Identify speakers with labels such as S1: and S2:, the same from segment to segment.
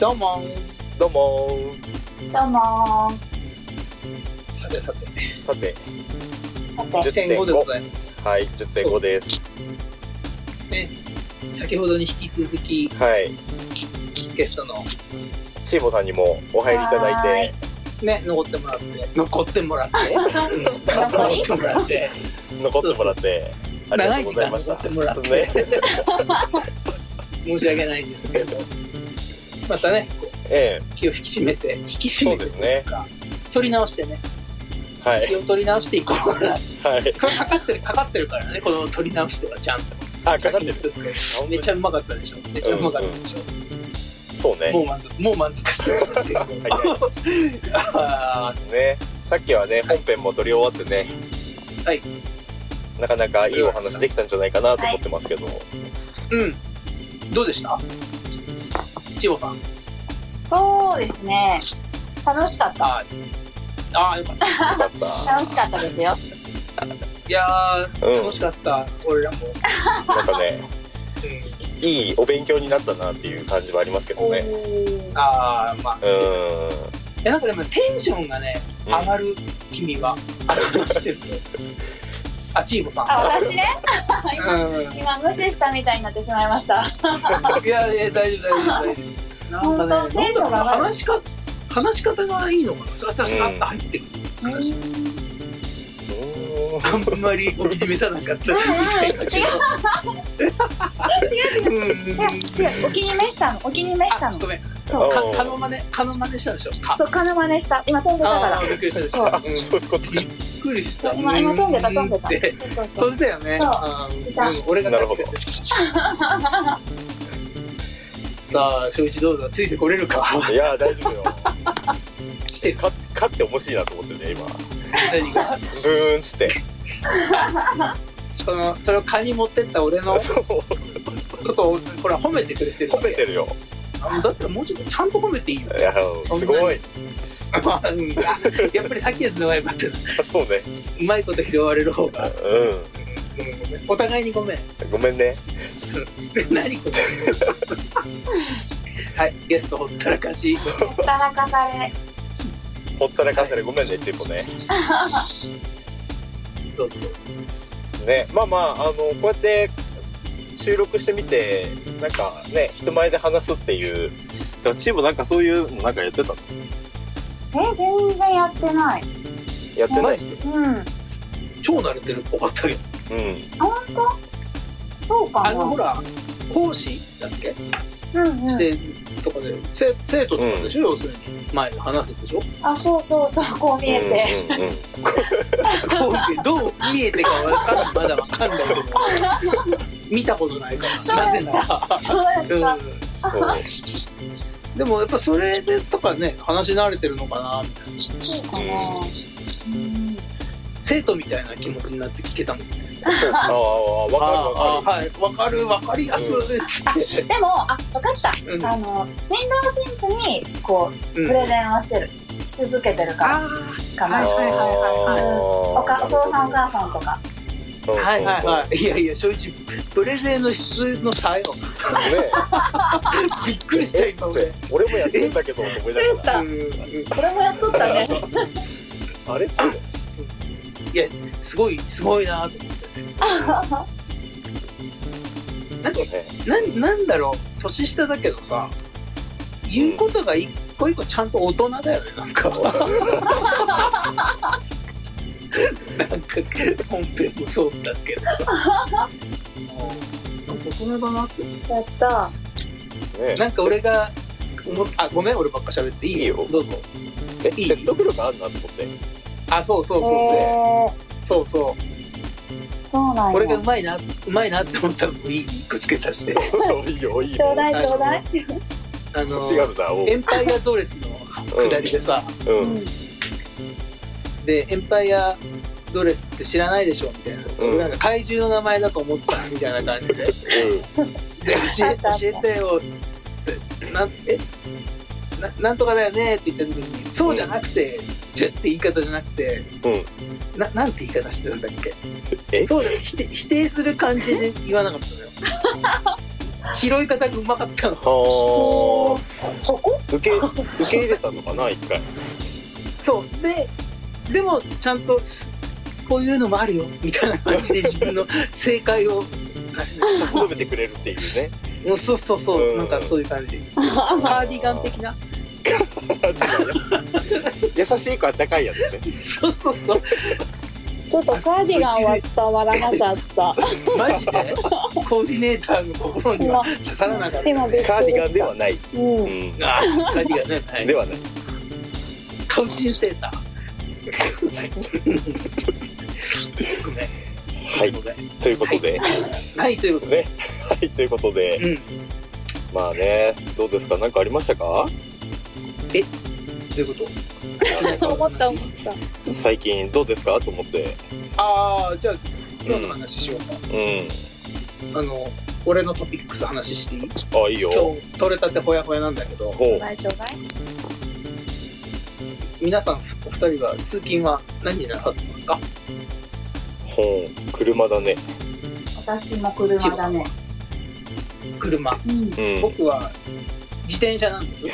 S1: どうも
S2: どうも
S3: どうも
S1: さてさて
S2: さて
S3: ー。さて、
S1: 10.5
S2: 10.5
S1: でございます
S2: はい10.5です
S1: ね先ほどに引き続き
S2: はい
S1: ゲストの
S2: シーボさんにもお入りいただい
S1: ね残ってもらって残っても らって
S3: 残り
S1: 残ってもらって
S2: て残ってもらってありが
S1: 長
S2: とう
S1: い時
S2: ござい
S1: 間
S2: まし
S1: 残
S2: た
S1: ってもらって、
S2: ね
S1: 申し訳ないんですけどまたねこ
S2: ええ
S1: う気を引き締めて引き締
S2: そ
S1: め
S2: う
S1: て
S2: ですね
S1: 取り直してね
S2: はい
S1: 気を取り直していこうかな
S2: はい
S1: かかってるかかってるからねこの取り直してはちゃんと
S2: あかか
S1: さっ
S2: ってる
S1: き言っとくけどめちゃうまかったでしょめちゃうまかったでしょ、
S2: そうね
S1: もう満足もう満足してるっていう あ
S2: ねさっきはね本編も撮り終わってね
S1: はい
S2: なかなかいいお話できたんじゃないかなと思ってますけど
S1: ーうんどうでした千穂さん
S3: そうですね。楽しかっ。
S1: あーあーよかった
S2: よかった
S3: 楽しかったですよ。
S1: いやー、
S2: うん
S1: 楽しかった俺らも、
S2: たなんかね
S1: うん、
S2: いいお勉強になったなっていう感じはありますけどね
S3: ー
S1: ああまあ
S2: うーん
S1: えなんかでもテンションがね
S2: うん
S1: 上がる君は上がしてるとあ千穂さん
S3: あ、私ね。
S1: うん
S3: 今無視したみたいになってしまいました。
S1: いやいや大丈夫大丈夫大丈夫。なんかね、なんだろうな話しか話し方がいいのかな。スラスラスラって入ってくる。話が
S2: うーん
S1: あんまりお気に召さなかった。違う。うんうん。
S3: いや、違う。お気に召したの。お気に召した
S1: あ
S3: の
S1: ご。めん。か
S3: そう。
S2: あ
S1: 蚊の真似蚊の真似したでしょ。蚊。
S3: そう、金真似した。今飛んでたか
S1: あ
S3: ら
S1: あ。びっくりしたでしょ。うん
S2: そういうこと
S1: びっくりした。
S3: 今、今飛んでた、
S1: う
S3: 飛んでた。
S1: って
S3: そうそう
S1: 飛
S3: そ
S1: んでたよね。
S3: そう
S1: あー
S3: いた
S1: うん俺が勘違いしてる。さあ、正一どうだついてこれるか。
S2: いや大丈夫よ
S1: 来てる。
S2: か勝って面白いなと思ってね今ブ
S1: 何が。
S2: ーンっつって
S1: そのそれを蚊に持ってった俺の
S2: そう
S1: ことをこれは褒めてくれてるわ
S2: 褒
S1: け
S2: めてるよ
S1: あだったらもうちょっとちゃんと褒めていい よ
S2: いやすごい
S1: うんやっぱりさっきのやつの方が良かったな
S2: あそうね
S1: うまいこと拾われる方が、
S2: う
S1: うんお互いにごめん
S2: んごめんね
S1: 何これはいゲストほったらかし
S3: う。ほったらかされ。
S2: ほったらかされごめんねチーポね
S1: どうぞ
S2: ねまあまああのこうやって収録してみてなんかね人前で話すっていうでもチームなんかそういうのなんかやってたの
S3: え、全然やってない。
S2: やってない
S3: うん。
S1: 超慣れてるっぽかったけど
S2: うん
S3: そうか
S1: あの
S3: な
S1: ほ。ら講師だっけ、
S3: うんうん
S1: してとかでせ生徒とかでしょ、要するに前で話すでしょ
S3: あ、そうそうそう、こう見え
S2: う
S3: て。
S2: んうんうん
S1: こう見てどう見えてかわかんまだわかんないけど見たことないからなぜなら
S3: そうだった。
S1: うん
S2: そう
S1: でもやっぱそれでとかね話し慣れてるのかなみたいな
S3: そうかな。うん
S1: 生徒みたいな気持ちになって聞けたもんね
S2: ああわか
S1: あーはいわかるわかりやすいです
S3: でも、あ、わかった。
S1: うん
S3: あの、新郎新婦に、こう、
S1: うん
S3: プレゼンをしてる。し続けてるか
S1: あ
S3: か
S1: ーは
S3: な。
S1: い
S3: お
S1: はいはいはいはい
S3: かお父さんお
S2: が
S3: 母さんとか。
S1: はいはいはいいやいや正一プレゼンの質の差よ
S2: いね
S1: びっくりした今俺
S2: 俺もやってたけど思いなが
S3: た
S1: うんうん
S3: これもやっとったね。
S2: らあれっつっ
S1: い
S2: て
S1: やすごいすごいなと思ってなんなんだろう年下だけどさ言うことが一個一個ちゃんと大人だよねなんかなんか本編もそうだけどさなんか大人だなって
S3: やった。
S2: ね
S1: なんか俺が思っあごめん俺ばっか喋っていい
S2: いいよ
S1: どうぞ
S2: え
S1: いい
S2: 説得力あるなと思って
S1: あそうそうそうそう、
S3: へー
S1: そうそう
S3: そうなん
S1: 俺が
S3: や
S1: う。まいなうまいなって思ったらもういい一個つけ足して
S2: いいよいい
S3: ちょう
S2: よ
S3: だいちょうだい。
S1: あの
S2: 欲しがるなおう
S1: エンパイアドレスの下りでさ、
S2: う
S3: うんん
S1: でエンパイアドレスって知らないでしょみたいな、
S2: うん
S1: 俺なんか怪獣の名前だと思ったみたいな感じ でで教
S3: あ
S1: え
S3: ったあった
S1: 教えてよってなんえななんとかだよねって言った時にそうじゃなくて、じゃって言い方じゃなくて、ななんて言い方してたんだっけ
S2: え
S1: そうじゃ否定否定する感じで言わ なかったのよ拾い方がうまかったの
S2: は
S3: そこ
S2: 受け受け入れたのかな一回
S1: そうででもちゃんとこういうのもあるよみたいな感じで自分 の正解を
S2: 求めてくれるっていうね
S1: うんそうそうそう、
S2: うん
S1: なんかそういう感 じカーディガン的な
S2: 優しい子あったかいやつね
S1: そうそうそう
S4: ちょっとカーディガンは伝わらなかった。
S1: マジでコーディネーターの心には刺さらなかった
S4: 今びっ
S2: カー
S4: く
S2: ディ
S4: り
S2: ガンではない、
S4: うん。
S2: う
S1: あーカーディガンね、は
S2: ん、
S1: い
S2: で、はない
S1: カウチンセー ターごめん
S2: はい
S1: ごめん
S2: ということで、
S1: ないということで
S2: ねはいということで、
S1: うん
S2: まあねどうですか何かありましたか
S1: どういうこと
S4: 思った思った。
S2: 最近どうですかと思って
S1: ああじゃあ今日の話しようか、
S2: う
S1: あの俺のトピックス話していい
S2: んあいいよ
S1: 今日取れたてほやほやなんだけど
S2: ほう
S3: 大丈夫
S1: 皆さんお二人が通勤は何になさってますか
S2: ほう車だね
S3: 私も車だね。
S1: 車、
S3: うん。
S2: うんほ
S1: 僕は自転車なん ですよ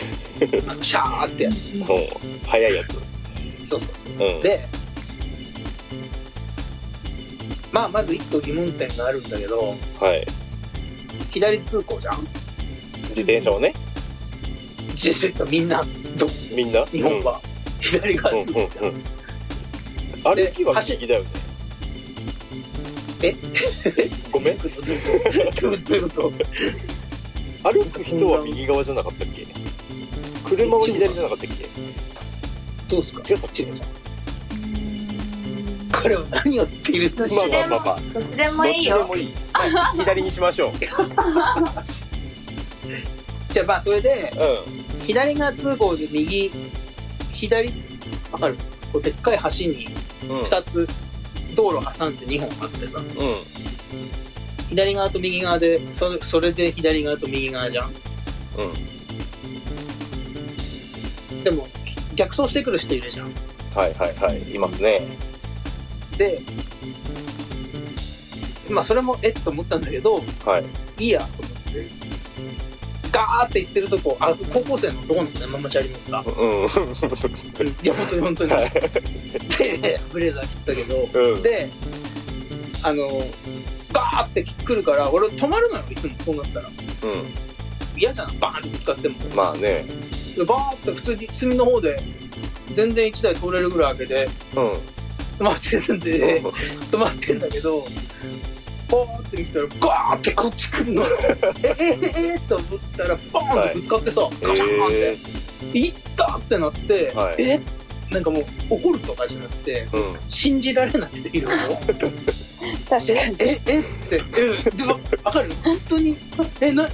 S1: あのシャーってやつ
S2: う早いやつ
S1: そうそうそう
S2: うん
S1: でまあまず一個疑問点があるんだけど
S2: はい
S1: 左通行じゃん
S2: 自転車をね
S1: 自転車みんなど
S2: みんな
S1: 日本は左側
S2: うん
S1: 通行じゃん、
S2: うんうんうん歩きは右だよね
S1: え
S2: ごめん
S1: どういうことどういうこと
S2: 歩く人は右側じゃなかったっけ車は左じゃなかったっけ
S1: どうすか
S2: 違ったっけ
S1: 彼は何を言っているんだ
S3: どっち
S2: まあま
S3: で
S2: あまあま
S3: も
S2: あ、
S3: どっちで
S2: ど
S3: も
S2: っ
S3: いい
S2: ちで
S3: よ。
S2: もいい、はい、左にしましょう
S1: じゃあまあそれで
S2: う
S1: 左側通行で右左わかるこうでっかい橋に
S2: んうん
S1: 2つ道路挟んで2本あってさ
S2: うん
S1: 左側と右側でそそれで左側と右側じゃんでも逆走してくる人いるじゃん
S2: はいはいはいいますね
S1: でまあそれもえっと思ったんだけど
S2: はい
S1: いいやと思ってガーって行ってるとこあ高校生の男の子ねママチャリ乗った
S2: うん
S1: いや本当に本当に
S2: は
S1: でブレザー切ったけど
S2: うん
S1: であのガーって来るから俺止まるのよいつもこうなったら
S2: う
S1: 嫌じゃんバーンってぶつかっても
S2: んまあね
S1: でバーって普通に隅の方で全然1台通れるぐらい開けて
S2: うん
S1: 止まってるんで止まってんだけどボーンって来たらガーってこっち来る のえええええと思ったらボーンってぶつかってさ、ガチャーンって「
S2: え
S1: いった!」ってなって「
S2: はい
S1: えなんかもう怒るとかじゃなくて
S2: ー、うん
S1: 信じられなくていろいろ。
S4: 確かに。
S1: ええって、うん、でも分かる本当にえな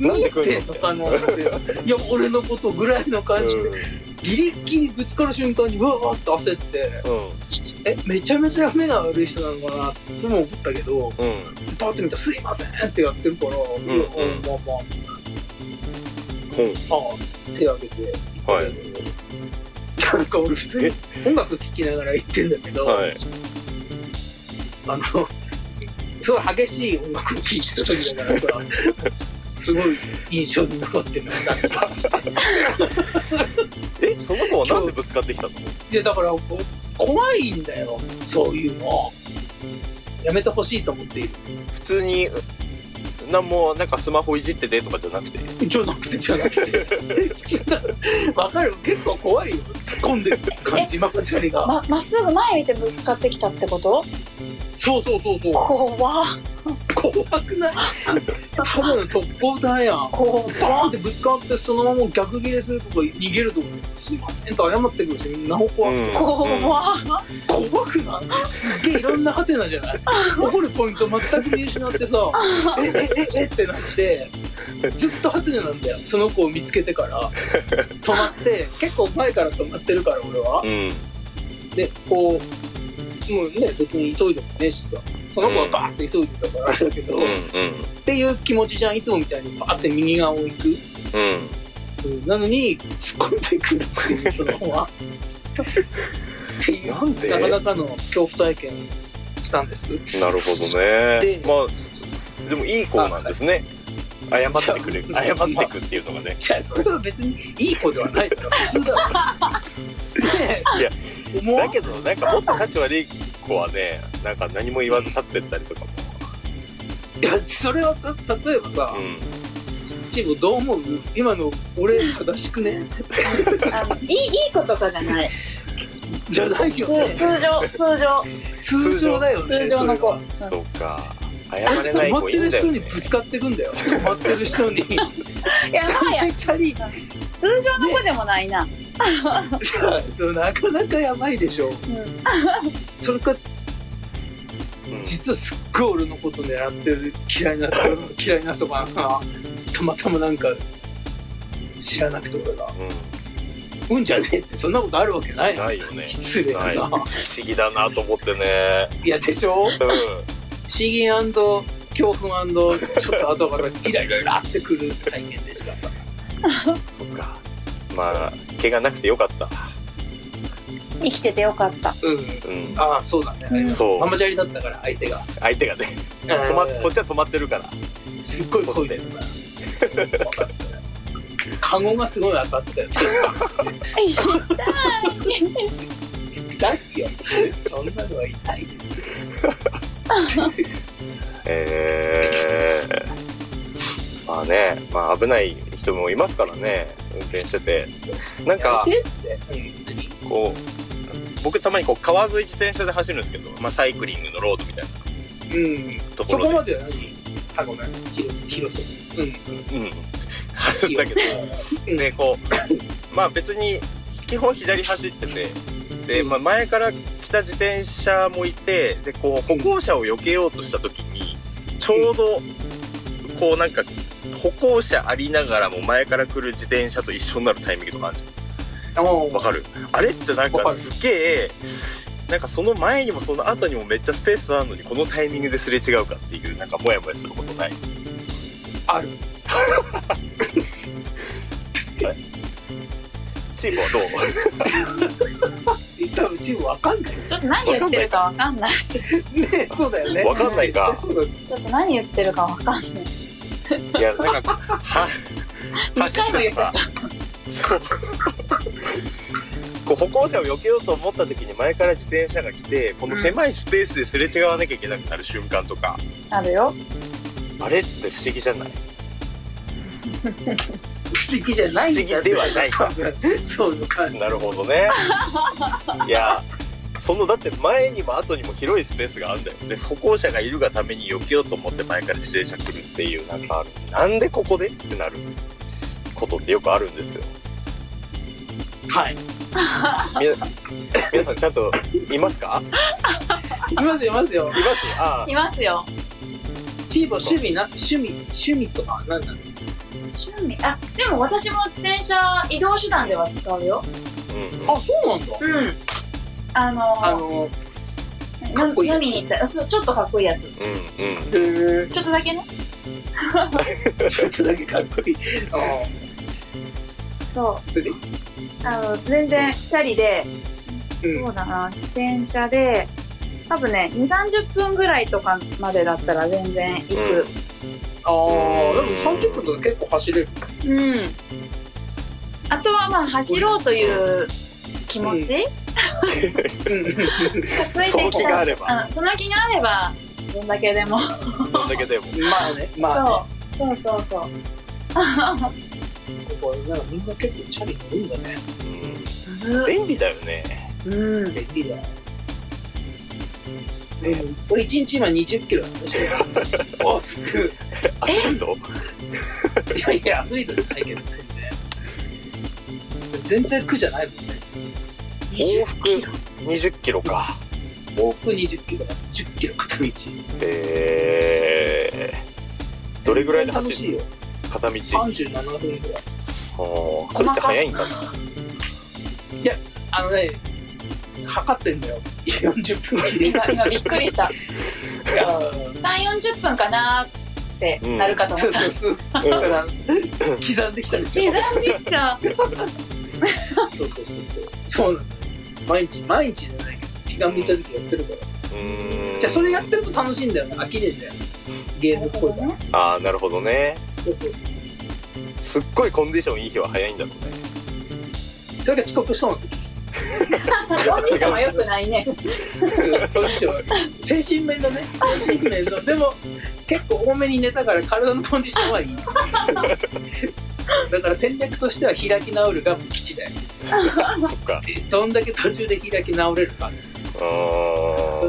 S2: なん
S1: 見え
S2: で来
S1: て
S2: るの
S1: んのかなっていや俺のことぐらいの感じで、ギリギリぶつかる瞬間にうわーって焦って
S2: うん
S1: えめちゃめちゃ目が悪い人なのかなとも思ったけど
S2: うん
S1: パッて見たら「すいません」ってやってるから「うん
S2: うん
S1: まあまああ
S2: うん
S1: あ」つって手を挙げて
S2: はい
S1: なんか俺普通に音楽聴きながら行ってんだけど、
S2: はい
S1: あの、すごい激しい音楽を聴いてた時だからさ、すごい印象に残ってました。
S2: えその子はなんでぶつかってきたの
S1: で、だから、こ怖いんだよ、そういうの。やめてほしいと思ってい
S2: 普通になんもなんかスマホいじっててとかじゃなくて
S1: る。じゃなくて、じゃなくて。 わかる結構怖いよ。突っ込んでる感じ、ママチャリが。
S4: ままっすぐ前見てぶつかってきたってこと？
S1: そうそうそうそう。
S4: 怖っ。
S1: 怖くない多分特攻隊やん。
S4: 怖
S1: バーン
S4: っ。
S1: ってぶつかってそのまま逆ギレするとか逃げると思うすいませんと謝ってくるしみんな怖く
S2: うん
S4: 怖っ。
S1: 怖くないすっげえいろんなハテナじゃない怒るポイント全く見失ってさええええってなってずっとハテナなんだよその子を見つけてから止まって結構前から止まってるから俺は
S2: うん
S1: でこうもうね別に急いでもねえしさその子はバーって急いでたからあれだけど、
S2: うん
S1: っていう気持ちじゃんいつもみたいにバーって右側を行く
S2: うんうん
S1: なのに突っ込んでくるっていうその方は。っていう
S2: なんで
S1: なかなかの恐怖体験したんです。
S2: なるほどね
S1: で
S2: まあでもいい子なんですね謝ってくれる謝ってくっていうのがね
S1: じゃあそれは別にいい子ではないから普 通だろねえ
S2: いや
S1: 思わ
S2: だけどなんかもっと立ち悪い子はねなんか何も言わず去ってったりとかも、
S1: いやそれはた例えばさ
S2: うん、
S1: チームどう思う今の俺正しくね
S3: あのいいいい子とかじゃない
S1: じゃないよ
S3: 通
S1: ね
S3: 通常通常
S1: 通常だよね
S4: 通常の子。
S2: そうか謝れない
S1: 止まっ
S2: 子い
S1: て
S2: いん
S1: る
S2: だ
S1: 人
S2: よ
S1: に
S2: ね
S1: ぶつかってくんだよ 止まってる人にキ
S3: い やまあや
S1: ャリ
S3: 通常の子でもないな、
S1: それなかなかやばいでしょ
S3: うん
S1: それか
S2: うん
S1: 実はすっごい俺のこと狙ってる嫌いな嫌いなそばがたまたまなんか知らなくて俺が「
S2: う
S1: うんじゃねえ」ってそんなことあるわけない
S2: んないよね
S1: 失礼な、
S2: ない
S1: い
S2: 不、思議だなと思ってね
S1: やでしょ
S2: うん
S1: 不思議恐怖ちょっと後からイライライラってくる体験でしたさ
S2: そっかまあ怪我なくてよかった
S3: 生きててよ かった
S1: う
S2: うん
S1: んああそうだねあれは
S2: そう
S1: ママチャリだったから相手が
S2: 相手がね止
S1: 止ま
S2: まっ
S1: っ
S2: こっちは止まってるから
S1: すっごい漕いでるからカゴがすごい当たってたよ痛いよそんなのは痛いですよ
S2: えー、まあねまあ危ない人もいますからね運転してて なんか
S1: やめてってうん
S2: こう僕たまにこう川沿い自転車で走るんですけど、まあ、サイクリングのロードみたいな
S1: うん、
S2: と
S1: そ
S2: ころ
S1: こ
S2: で
S1: までは何カゴな広瀬広瀬うん
S2: うん
S1: いいよ
S2: だけどでこ うまあ別に基本左走っててで、まあ、前から来た自転車もいてでこう歩行者を避けようとした時にちょうどこうなんか歩行者ありながらも前から来る自転車と一緒になるタイミングとかあるじ
S1: お
S2: ゃんわかるあれってなん
S1: わか
S2: か
S1: る
S2: すげえなんかその前にもその後にもめっちゃスペースあるのにこのタイミングですれ違うかっていうなんかモヤモヤすることない
S1: ある
S2: チームはどう
S1: 多分チームわかんないね
S3: ちょっと何言ってるかわかんない
S1: そうだよね
S2: わかんないか
S1: 絶対そうだよ
S3: ちょっと何言ってるかわかんない
S2: いや、なんか、は、。
S3: 二回も言っちゃった
S2: そう。こう歩行者を避けようと思った時に前から自転車が来てこの狭いスペースですれ違わなきゃいけなくなる瞬間とか、
S3: あるよ
S2: あれって不思議じゃない
S1: 不思議じゃないんだって
S2: 不思議ではない
S1: 多分そういう感じ
S2: なるほどねいやそのだって前にも後にも広いスペースがあるんだよで歩行者がいるがために避けようと思って前から自転車来るっていうなんかあるなんでここでってなることってよくあるんですよ
S1: はい
S2: み な皆さんちゃんといますか
S1: いますよいますよ
S2: いますああ
S3: いますよ
S1: チーボ趣味な趣味趣味とか何なの
S3: 趣味あでも私も自転車移動手段では使うよ
S2: うん
S1: あそうなんだ
S3: うんあの
S1: あの
S3: な
S1: かっこいいやつ
S3: 飲みに行ったあそうちょっとかっこいいやつ
S2: うんうん
S1: へ
S3: ちょっとだけね
S1: えちょっとだけかっこいいあ
S3: そ
S1: ー釣り
S3: うあの全然チャリで、
S1: うん
S3: そうだな自転車で多分ね2 3 0分ぐらいとかまでだったら全然行く
S1: ああでも30分とか結構走れる
S3: うん、あとはまあ走ろうという気持ち
S1: うん
S3: がつい
S2: そ
S3: て
S2: の
S3: き
S2: 気が
S3: た
S2: あれば、
S3: うん、その気があればどんだけでも
S2: どんだけでも。
S1: まあねまあね
S3: そうそうそうそう
S1: ここなんかみんな結構チャリ乗るんだね
S2: うん便利だよね。
S3: うん、
S1: 便利だよでも俺1日今20キロなんでしょ往復
S2: アスリート
S1: いやいや、アスリートじゃないけど、全然。全然苦じゃないもんね。
S2: 往復20キロか。
S1: 往復20キロ、10キロ片道。
S2: えー、どれぐらいで
S1: 楽
S2: 走
S1: しい
S2: る
S1: よ。
S2: 片道。
S1: 37分ぐらい。
S2: おーそれって早いんかな。
S1: あのね、測ってんだよ。40分切れる
S3: 今今びっくりした
S1: から。
S3: 3 4 0分かなーってなるかと思
S1: そ
S3: っ
S1: う
S3: た、
S1: そうそう。だから、刻んできたりする。
S3: 珍しいっすよ
S1: そうそうそうそう。そうなんだよ。毎日、毎日じゃないけど、刻みた時やってるから。じゃあ、それやってると楽しいんだよね。飽きねえんだよ。ゲームっぽいから。
S2: ああ、なるほどね。
S1: そうそうそう
S2: すっごいコンディションいい日は早いんだろうね
S1: それが遅刻したのって
S3: コンディションは良くないね。
S1: 精神面のね精神面のでも結構多めに寝たから体のコンディション はいいだから戦略としては開き直るが基地だよ
S2: そっか
S1: どんだけ途中で開き直れるかそれ
S2: う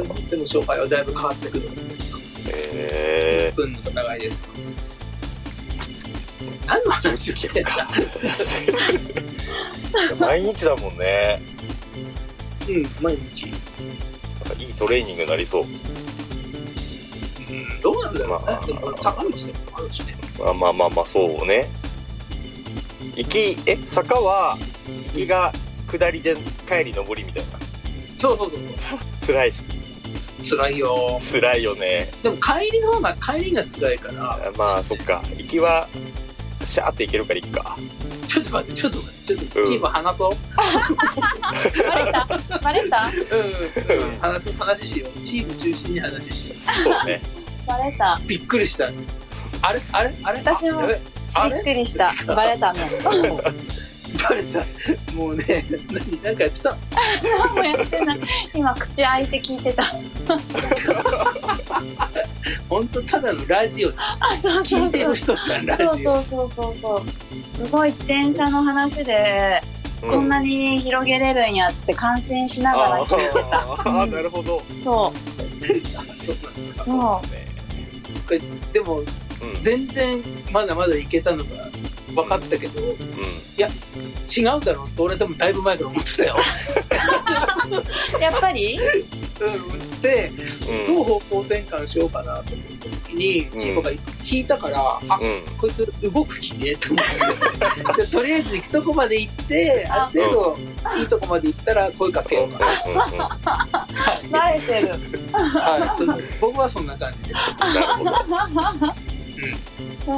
S2: ーん
S1: によっても勝敗はだいぶ変わってくるんですよ
S2: え
S1: 分の戦いです何の話をしてんだ
S2: ー、毎日だもんね
S1: うん毎日
S2: なんかいいトレーニングになりそう
S1: うんどうなんだろうね
S2: まあ
S1: でも坂道でもあるしね
S2: まあまあまあまあそうね行きえ坂は行きが下りで帰り上りみたいな
S1: そうそうそう
S2: 辛い
S1: そう辛いよ
S2: 辛いよね
S1: でも帰りの方が帰りが辛いから
S2: まあそっか行きはシャーって行けるから行っか
S1: ちょっと待って、ちょっと待って、ちょっと待っ
S2: うん
S1: て、チーム話そう。
S3: バレたバレた
S1: うん、うん、話そう、話しよう。チーム中心に話しよ
S2: そうね
S3: バレた。
S1: う。びっくりした。あれ、あれ、あれ。
S3: 私も
S1: あやべあ
S3: びっ
S1: れ。
S3: くりした。バレたね。
S1: もうバレた。もうね、何、なんかやってた。
S3: 何もやってない。今口開いて聞いてた。
S1: 本当ただのラジオ。
S3: あ、そうそ
S1: 聞
S3: う
S1: いて
S3: そ
S1: る
S3: う。
S1: 人じゃん、ラジオ。
S3: そうそうそうそうそう。すごい自転車の話で、こんなに広げれるんやって感心しながら
S2: あ
S3: 聞いてた。
S2: ーあーなるほど
S1: あ
S3: そ
S1: そうなんです
S3: う
S1: か。
S3: そう。
S2: ね
S1: これでも、
S2: うん
S1: 全然、まだまだいけたのが。分かったけど、違う
S2: う
S1: だろうって、俺でもだいぶ前から思ってたよ。
S3: やっぱり
S1: うん、で。
S2: ん
S1: どう方向転換しようかなと思った時に、
S2: うん
S1: チームが引いたから、あ
S2: うんうん
S1: こいつ動く気ねえと思ってでとりあえず行くとこまで行ってある程度いいとこまで行ったら声かけようかな、
S2: うんうんうん
S3: バレてる。
S1: はい、その僕はそんな感じでした
S2: なるほど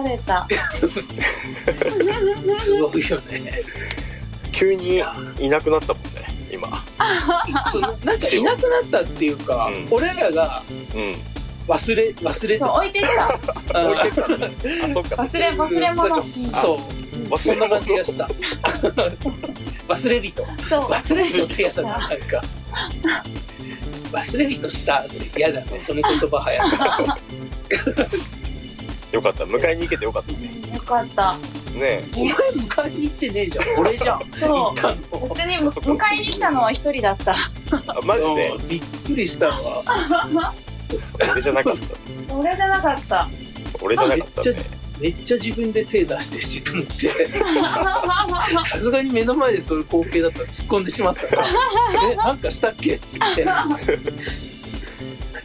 S3: バレた。
S1: すごいよね
S2: 急にいなくなったもんね今
S1: そのなんかいなくなったっていうか、
S2: うん
S1: 俺らが
S2: うん
S1: 忘れ忘れ
S3: そう、置いてった。
S1: あ
S2: 置いてあそっか
S3: 忘れ、忘れ
S1: なん
S3: 物。
S1: か
S3: そう。
S1: そうそんな感じがした忘れ人忘れ人ってやつだななんか忘れ人したって嫌だねその言葉早く
S2: よかった迎えに行けてよかったね
S3: よかった。
S2: ね
S1: お前迎えに行ってねえじゃん俺じゃん行
S3: そ
S1: ったの
S3: う。別にむ迎えに来たのは一人だった。
S2: あマジで
S1: うんびっくりしたわ
S2: 俺じゃなかった
S3: 俺じゃなかった。
S2: 俺じゃなかったね
S1: めっちゃ自分で手出して自分でさすがに目の前でそういう光景だったら突っ込んでしまった なえなんかしたっけっつって何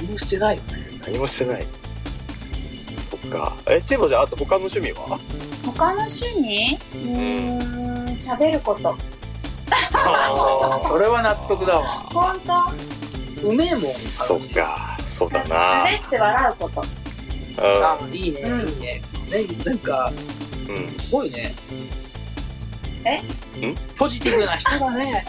S1: もしてないよね
S2: 何もしてないそっかえチーボじゃああと他の趣味は
S3: 他の趣味うーん、喋ること。
S1: あそれは納得だわ
S3: 本当
S1: うめえもん
S2: そっかそうだな
S3: 喋って笑うこと。
S1: あいいね、
S3: うん
S1: いいねねなんか
S2: うんうん
S1: すごいね
S2: えん
S1: ポジティブな人だね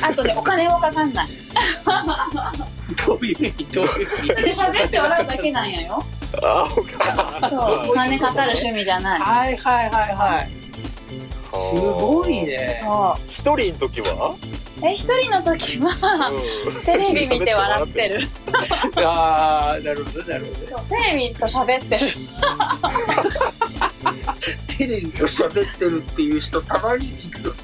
S3: あとね、お金もかかんない。
S1: どういう意味どういう意味
S3: で、喋って笑うだけなんやよ。
S2: あおか
S3: そう。お金かかる趣味じゃない。
S1: はいはいはいはい。すごいね。
S3: そ
S2: 一人の時は
S3: う。え、一人の時 は、
S2: うん
S3: テレビ見て笑ってる。
S1: ああ、なるほど、なるほど。
S3: そう、テレビと喋ってる。
S1: テレビと喋ってるっていう人、たまにいる。
S2: いるね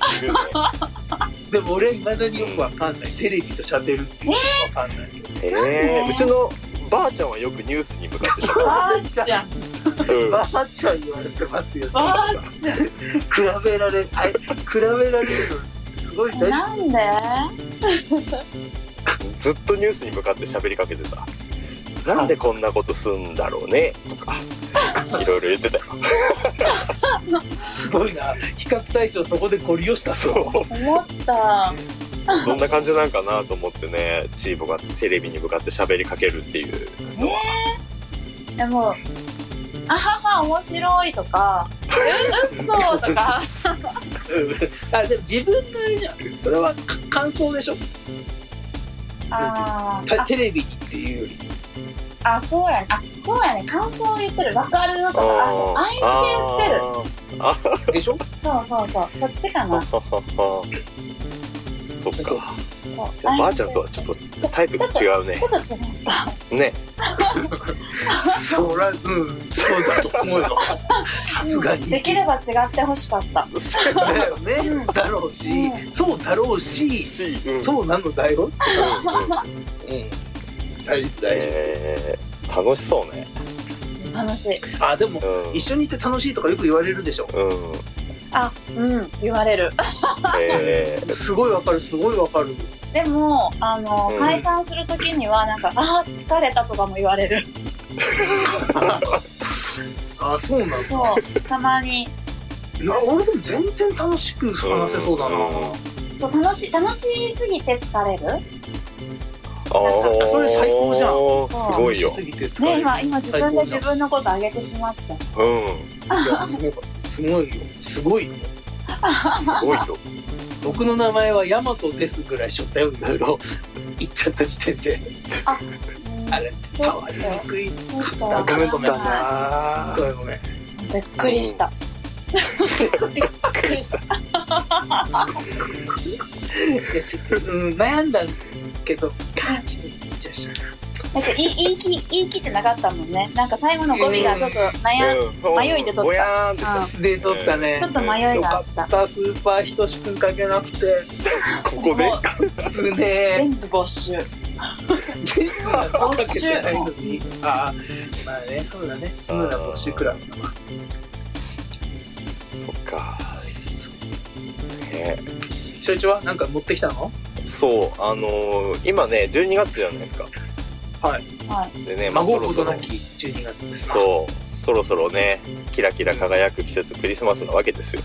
S1: でも、俺は未だによくわかんない。テレビと喋るっていうのがわかんない。
S2: えーうちのばあちゃんはよくニュースに向かってしゃ
S3: ば あちゃん。
S2: べるうん
S1: ばあちゃん言われてますよ。
S3: ばあ
S1: 比べられ、あい比べられるの。すごい大事。
S3: なんで
S2: ずっとニュースに向かって喋りかけてた。なんでこんなことすんだろうねとか、いろいろ言ってたよ。
S1: すごいな。比較対象、そこでゴリ押した
S2: そ
S1: そう。
S2: う。
S3: 思った。
S2: どんな感じなんかなと思ってね、チーボがテレビに向かって喋りかけるっていうのは。
S3: でも、あはは面白いとか、うっそーとか、
S1: うんあ、でも、自分があれじゃん。それはか感想でしょ。
S3: あー
S1: たテレビにっていうより。
S3: あ、あそうやね。あ、そうやね感想を言ってるわかるとかあそう相手言ってる
S1: でしょ
S3: そうそうそうそっちかな
S2: あーそっか
S3: そう
S2: じゃあばあちゃんとはちょっと
S3: ちょ
S2: タイプが違うね
S3: ちょっと違った
S2: ね
S1: そらうんそうだと思う よさすがに
S3: できれば違ってほしかった
S1: だよねだろうし
S3: う
S1: そうだろうし
S2: うん
S1: そうなのだよ
S2: うんうん
S1: うん大丈夫大丈
S2: えー楽しそうね
S3: 楽しい
S1: 夫あでも
S2: うん
S1: 一緒にいて楽しいとかよく言われるでしょ
S2: うん
S3: あうん言われる
S2: えー
S1: すごいわかるすごいわかる
S3: でもあの、
S2: うん
S3: 解散するときにはなんか「あー疲れた」とかも言われる
S1: あそうなんだ
S3: そうたまに
S1: な俺でも全然楽しく話せそうだな
S3: そう楽しい楽しすぎて疲れる
S2: あー
S1: それ最高じゃん
S2: すごいよ
S1: 楽しすぎて疲れ
S3: ね
S1: る
S3: 今今自分で
S1: 最
S3: 自
S1: 高
S3: 分のことあげてしまって
S2: うん
S1: いやすごいすごいよすごいよ
S2: すごい よ
S1: 僕の名前はヤマトですぐらいしょったよいろいろ言っちゃった時点で
S3: うん
S1: あれ伝わりにくい
S3: ちょっと
S1: あ
S3: わ
S1: ご
S3: か
S1: め
S3: ら
S1: んごめん
S3: な
S1: ごめんごめん
S3: いびっくりしたびっくりした
S1: いやちょっと、うん、悩んだけどガーチで言っちゃいました
S3: だって言い言い切言い切ってなかったもんねなんか最後の語尾がちょっと悩ん、
S2: うん
S3: 迷いで取
S2: ぼ
S3: っ
S2: や
S3: た、
S2: ー
S3: うん
S2: ってさ
S3: ん、
S1: で撮ったね
S3: ちょっと迷い
S1: よ
S3: があ
S1: か
S3: っ
S1: ったたスーパーひとしくんかけなくて
S2: ここで
S3: もう
S1: うね
S3: 全部没収
S1: 全部はかけてないのにああまあねそうだねそうだ募集クラブだわ
S2: そっかね
S1: ちょいちょいはなんか持ってきたの
S2: そうあのー今ね12月じゃないですか
S3: はい
S2: でね、まあ、
S1: 孫ほど
S2: そろそ
S1: な
S2: ろ
S1: き12月です
S2: そうそろそろねキラキラ輝く季節クリスマスなわけですよ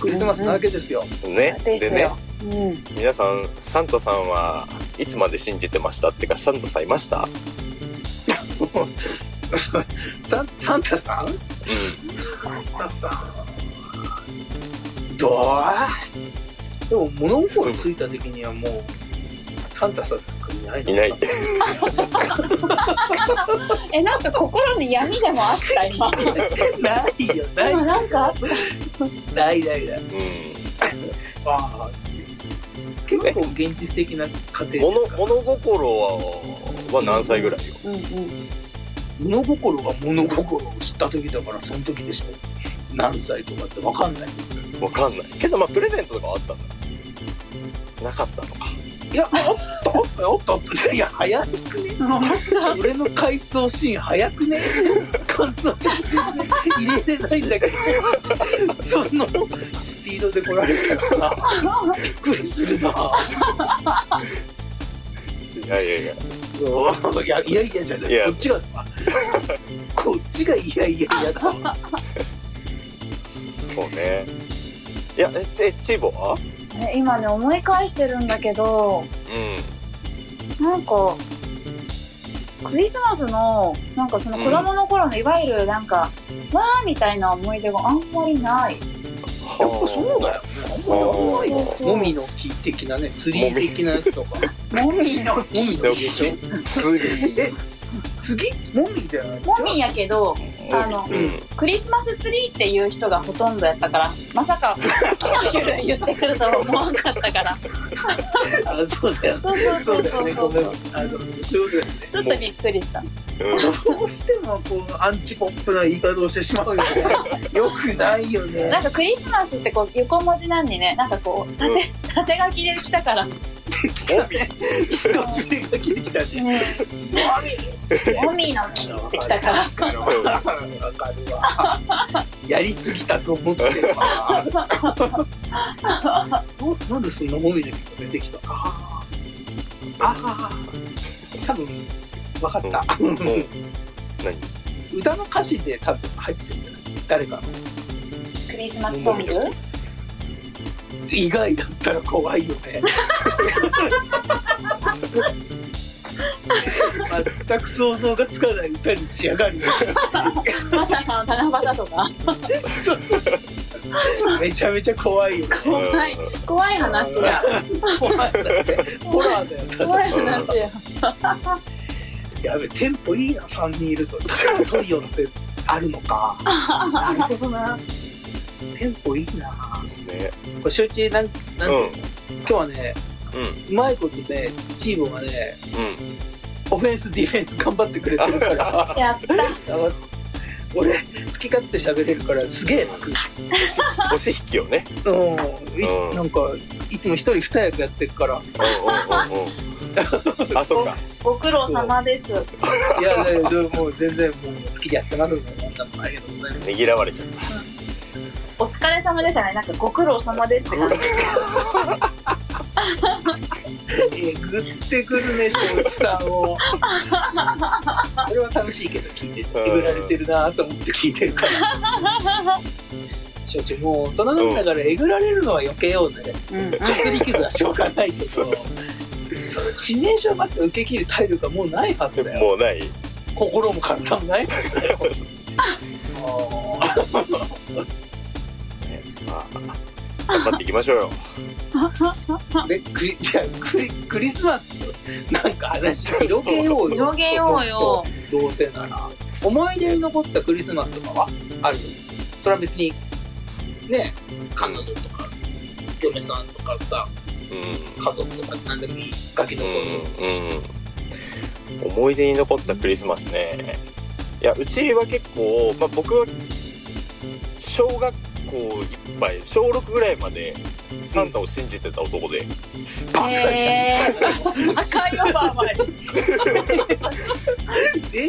S1: クリスマスなわけですよ
S2: ね
S3: です
S2: でね
S3: ようん
S2: 皆さんサンタさんはいつまで信じてましたってかサンタさんいました、
S1: サンサンタさんサンタさんどうでも物心ついた時にはもうサンタさんなんかいないの
S2: いない
S4: えなんか心に闇でもあった今
S1: ないよ ない
S3: 今なんかあっ
S1: ないないないあ
S2: うん
S1: あ結構現実的な家庭で
S2: 物
S1: すか
S2: 物心はは何歳ぐらいよ
S3: たうんうん
S1: 物心が物心を知った時だからその時でしょ何歳とかって分かんない
S2: わかんないけどまあプレゼントとかはあったんだなかったのか
S1: いやあったあったあったあったいや早くね俺の回想シーン早くね感想入れれないんだけどそのスピードで来られたらさびっくりするない
S2: やいやいや
S1: いやいやいやじゃない
S2: いや
S1: こっちがだわこっちがいやいやいやだわ
S2: そうねいやええチーボは
S3: え 今ね思い返してるんだけど
S2: う
S3: なんかクリスマスのなんかその子供の頃のいわゆるなんか、わーみたいな思い出があんまりない
S2: ん
S1: やっぱそうだよね。
S2: そうそうそう
S3: そう
S1: もみの木的なね、ツリー的なやつとか。
S3: もみの
S1: もみの木 でしょ。
S2: 次
S1: え、次もみじゃない。
S3: もみやけどあの
S2: うん
S3: クリスマスツリーっていう人がほとんどやったからまさか木の種類言ってくるとは思わなかったから
S1: あ、そうだよ。
S3: そうそう
S1: そ
S3: そうう
S1: だよ
S3: そう
S1: ね。
S3: そ
S1: ご
S3: う
S1: めん。あの、そういうことですね。
S3: ちょっとびっくりした
S2: うん
S1: どうしてもこうアンチポップな言い方をしてしまう よね。よくないよね
S3: な。んかクリスマスってこう横文字なんにねなんかこう
S2: うん
S3: 縦書きで来たから
S1: 来たね。 一つが来てきたね。
S3: ねもみの木って来たから
S1: わかるわ。やりすぎたと思ってるわ。 ななんでそんなもみの木が出てきたあーあー。多分わかった。
S2: うん何
S1: 歌の歌詞で多分入ってるんじゃない誰かの。
S3: クリスマスソング
S1: 意外だったら怖いよ ね。全く想像がつかない歌に仕上がるよね
S3: まさかの七夕とか
S1: めちゃめちゃ怖いよね。
S3: 怖い怖い話や
S1: 怖いんだよね。ホラーだよね。
S3: 怖い話や
S1: やべテンポいいな3人いるとしかもトリオってあるのかなるほどなテンポいいな
S2: ね
S1: これ集中なんなんて、今日はね
S2: うんうん
S1: うまいことねチームがね
S2: うん
S1: オフェンスディフェンス頑張ってくれてるから
S3: やった。
S1: あの俺好き勝手喋れるからすげえ楽
S2: 腰引きをね
S1: うんい
S2: うん
S1: なんかいつも一人二役やってるから
S2: うんうんうん うんあそうか
S3: ご苦労様です。
S1: いやいやいやもう全然もう好きでやってますもんなんだもんありがとうございます
S2: ねぎらわれちゃった
S3: お疲れ様でしたね。なんかご苦労様ですって感じ。
S1: えぐってくるねそのおじさんをそれは楽しいけど聞いててえぐられてるなと思って聞いてるから承知もう大人なんだからえぐられるのは避けようぜ
S3: うん。
S1: かすり傷はしょうがないけどその致命傷ばっか受け切る態度がもうないはずだよ
S2: もうない
S1: 心も体もないはずだよもう
S2: まあ頑張っていきましょうよ
S1: でクリじゃあクリクリスマスなんか話広げようよ
S3: 広げようよ。
S1: どうせなら思い出に残ったクリスマスとかはあるそれは別にね彼女とか嫁さんとかさ
S2: うん
S1: 家族とか何でもいいガキの頃
S2: うんうん思い出に残ったクリスマスねいやうちは結構、まあ、僕は小学校いっぱい小6ぐらいまでサンタを信じてた男で、
S1: バカや
S3: へえ。仲良ばばり。
S1: え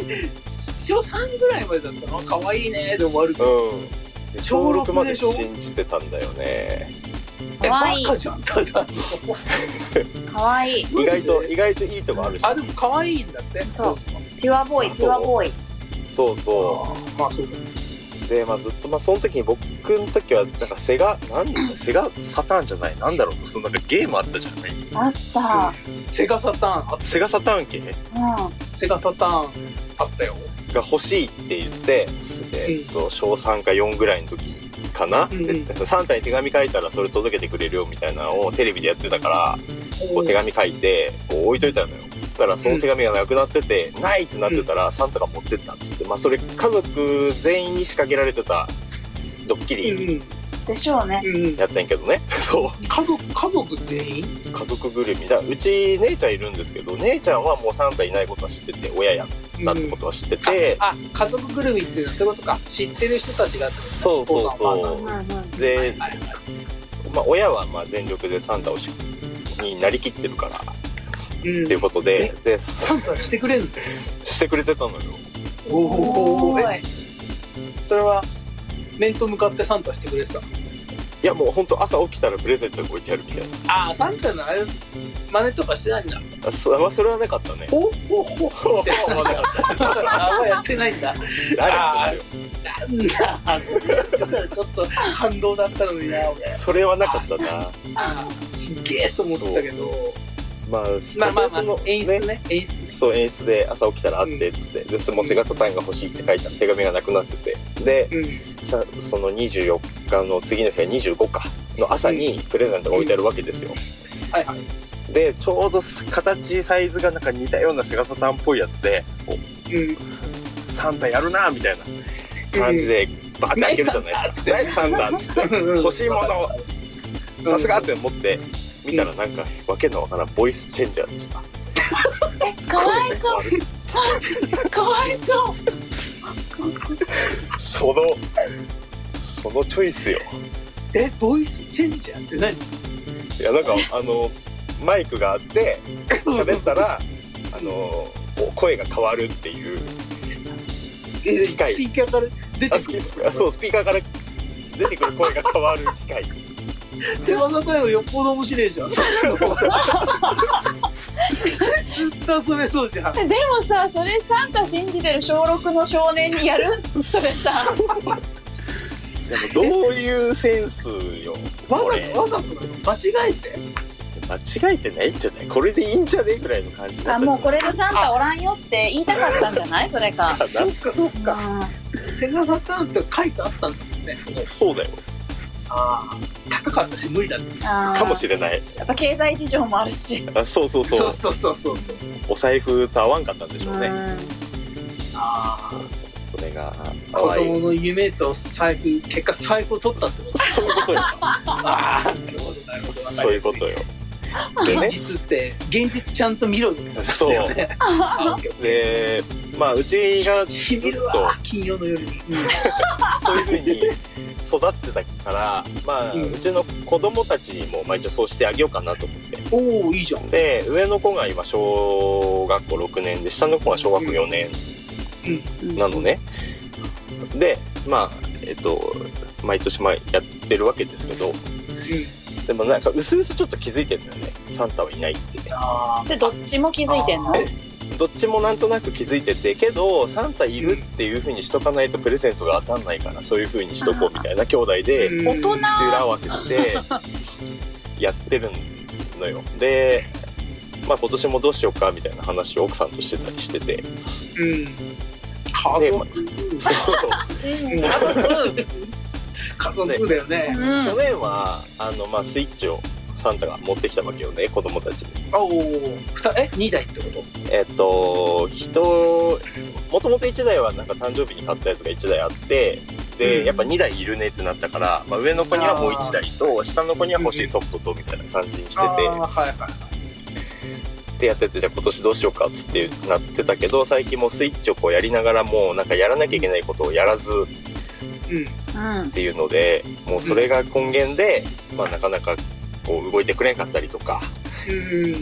S1: 小3ぐらいまでだったの可愛いねで終わる
S2: うんで
S1: 小
S2: 小
S1: 六
S2: 6ま
S1: で
S2: で
S1: しょ
S2: 信じてたんだよね
S1: え
S3: 可愛い
S1: バカじゃんただ
S3: 可愛いい。
S2: 意外と意外といいとこあるし
S1: あでも可愛いんだって
S3: そうピュアボーイ、ピュアボーイ。
S2: そうそ
S1: あーまあそうだね
S2: うで、まあ、ずっと、まあ、その時に僕の時はなんかセガなんだセガサターンじゃないなんだろうそのなんかゲームあったじゃない
S3: あった。
S1: セガサターンあ
S2: セガサターン系
S3: う
S1: セガサターンあったよ
S2: が欲しいって言って、えーっと小3か4ぐらいの時かな、
S1: うんうん
S2: でサンタに手紙書いたらそれ届けてくれるよみたいなのをテレビでやってたからこう手紙書いてこう置いといたのよそしたらその手紙がなくなってて、ないってなってたらサンタが持ってったっつって、まあ、それ家族全員に仕掛けられてたドッキ
S1: うん
S2: リ
S3: ん。でしょうね。
S1: うんうん
S2: やったんやけどね、 そう
S1: 家族家族全員
S2: 家族ぐるみだうち姉ちゃんいるんですけど姉ちゃんはもうサンタいないことは知ってて親やったってことは知ってて、
S1: あ家族ぐるみっていうのはそういうことか知ってる人たちがってこと
S2: そうそうそう
S1: お父さんお
S3: うん
S1: 母
S3: うん。
S1: さん
S2: で、
S1: はいはいは
S2: まあ、親はまあ全力でサンタをしになりきってるからっ
S1: いうん
S2: ていうことで,、で
S1: サ
S2: さ
S1: ンタしてくれんの
S2: してくれてたのよ
S1: お
S3: お
S1: ー
S3: ー
S1: えそれは面と向かってサンタしてくれてたの
S2: いやもう本当朝起きたらプレゼントが置いてあるみたいな
S1: ああサンタのあれ真似とかしてないんだ
S2: あそ,、まあ、それはなかったね
S1: ほほほ
S2: そうなかっ
S1: ああんまやってないんだ
S2: たなるよ
S1: なんだだからちょっと感動だったのにな俺
S2: それはなかったな
S1: あーすげえと思ったけど
S2: まあ
S1: まあまあ
S2: そ
S1: ま
S2: の
S1: あ演出ね演出ね
S2: そう演出で朝起きたら会ってっつって、でもうセガサタンが欲しいって書いてある手紙がなくなっててで
S1: うん
S2: さその24日の次の日は25日の朝にプレゼントが置いてあるわけですよ、
S1: はいはい
S2: でちょうど形サイズがなんか似たようなセガサタンっぽいやつでお
S1: うん
S2: サンタやるなみたいな感じでバーって開けるじゃないですか「ナイスサンタ」っつって
S1: うん
S2: 欲しいものを
S1: ん
S2: さすがって持って見たらなんかわけのわからんボイスチェンジャーでした
S3: え、かわいそう。かわいそう。
S2: そのそのチョイスよ
S1: えボイスチェンジャーって何
S2: いやなんかあのマイクがあって喋ったらあのこう声が変わるっていう
S1: え
S2: 機械
S1: スピーカーから出
S2: あ
S1: て
S2: ス
S1: く
S2: ピ
S1: る
S2: あそうスピーカーから出てくる声が変わる機械
S1: 世話タイムよっぽど面白いじゃん。ずっと遊べそうじゃん。
S4: でもさそれサンタ信じてる小6の少年にやるそれさ
S2: でもどういうセンスよ
S1: わ
S2: こ
S1: ざ
S2: れ
S1: とわざとなの間違えて。
S2: 間違えてないんじゃないこれでいいんじゃねえぐらいの感じだ
S3: あ、
S2: った
S3: もうこれでサンタおらんよって言いたかったんじゃないそれか。
S2: か
S1: そっかそっか。
S3: うん
S1: セガサターンって書いてあったんだもんね。
S2: なそうだよ
S1: ああ高かったし無理だって
S3: あー
S2: かもしれない
S4: やっぱ経済事情もあるし。
S2: あそうそうそう
S1: そうそうそうそう
S2: お財布と合わんかったんでしょうね、
S3: うん
S1: ああ
S2: それがか
S1: 子
S2: わい
S1: 供
S2: い
S1: の夢と財布結果財布を取ったってこと
S2: そういうことよ
S1: ああなるほどなるほどわか
S2: そう
S1: りや
S2: いう
S1: す
S2: ことよでね
S1: 現実って現実ちゃんと見ろよ
S2: そう
S1: だよねあオッケー
S2: でまあうちがず
S1: し
S2: っ
S1: みる
S2: と
S1: わ金曜の夜に、うん
S2: そういうふうに育ってたから、まあ、
S1: うん
S2: うちの子供たちにも、まあ、一応そうしてあげようかなと思って。
S1: おおいいじゃん
S2: で、上の子が今、小学校6年で、下の子が小学校4年
S3: うん
S2: なのね。で、まあ、えっと、毎年まあやってるわけですけど、でもなんか、うすうすちょっと気づいてるんだよね。サンタはいないってね。
S1: あ
S4: で、どっちも気づいてんの
S1: あ
S2: どっちもなんとなく気づいてて、けど、サンタいるっていうふうにしとかないとプレゼントが当たんないから、そういうふうにしとこうみたいな兄弟で、
S1: ー
S4: 大人
S2: 口裏合わせしてやってるのよで、まあ、今年もどうしようかみたいな話を奥さんとしてたりしてて
S1: うん家族
S4: うん
S1: 家族家族だよね
S4: うん
S2: 去年はあの、まあ、スイッチをサンタが持ってきたわけよね子供たちに。
S1: あおおえ二台ってこと
S2: えっと人もともと1台はなんか誕生日に買ったやつが1台あってで、
S1: うん
S2: やっぱ2台いるねってなったから、まあ、上の子にはもう1台と下の子には欲しいソフトとみたいな感じにしてて。
S1: あーはいはい
S2: ってやっててじゃあ今年どうしようかっつってなってたけど最近もうスイッチをこうやりながらもうなんかやらなきゃいけないことをやらずっ
S1: うん
S3: うん
S2: ていうのでもうそれが根源で、まあ、なかなかこう動いてくれんかったりとか
S1: うん
S2: う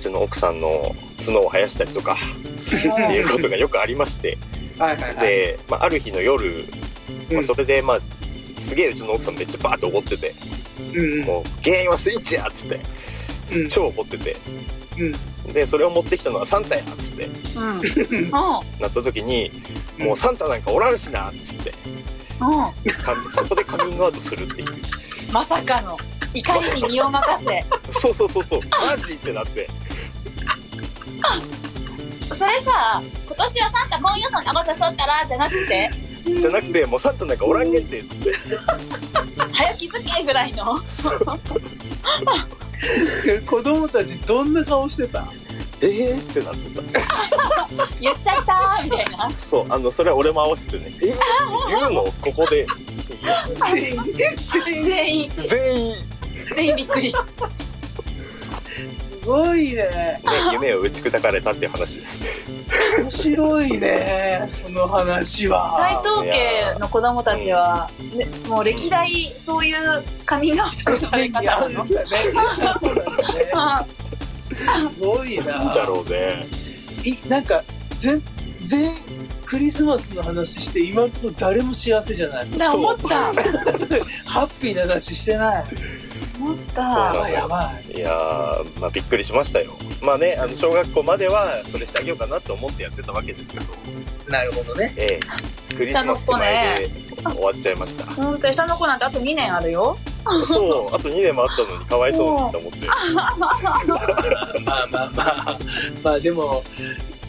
S2: ちの奥さんの角を生やしたりとかっていうことがよくありまして
S1: はいはいはい
S2: で、まあ、ある日の夜、まあ、それでまあすげえうちの奥さんめっちゃバーって怒ってて
S1: うんうん
S2: もう原因はスイッチやっつって
S1: うん
S2: 超怒ってて
S1: うん
S2: でそれを持ってきたのはサンタやっつって
S3: うんうん
S2: なった時に
S1: うん
S2: もうサンタなんかおらんしなっつって。
S3: うん
S2: かそこでカミングアウトするっていう
S4: まさかの怒りに身を任せ。
S2: そうそうそうそうマジってなって
S4: それさ、今年はサンタ今夜さん、あ、またそうから、じゃなくて、
S2: じゃなくてもうサンタなんかおらんげんってつって
S4: 早気づけぐらいの。
S1: え子供たちどんな顔してた
S2: ええー、ってなって
S4: 言っちゃったーみたいな
S2: たそうあのそれは俺も合わせてねえー、って言うのここで
S1: 全員全
S4: 全員
S1: 員
S2: 全員、ね、
S4: 全員びっくり
S1: すごいね
S2: 夢を打ち砕かれたっていう話です
S1: 面白いねその
S4: 斎
S1: 話は
S4: 藤家の子供たちは、ね、もう歴代そういうカミングアウトのされ
S1: 目
S4: 方
S1: に合
S4: な
S1: うん
S4: の、
S1: だねそうなんだねすごいな
S2: だろうね
S1: いなんか全全クリスマスの話して今のところ誰も幸せじゃない
S4: うん、だから思った
S1: ハッピーな話してない
S4: 思っ
S2: そう
S1: や
S4: た
S1: ばいやばい
S2: いやーまあびっくりしましたよまあねあの小学校まではそれしてあげようかなと思ってやってたわけですけど
S1: なるほどね
S2: ええクリスマス手前で終わっちゃいました
S4: 本当に下の子なんてあと2年あるよ
S2: そうあと2年もあったのにかわいそうにと思って
S1: まあまあまあまあでも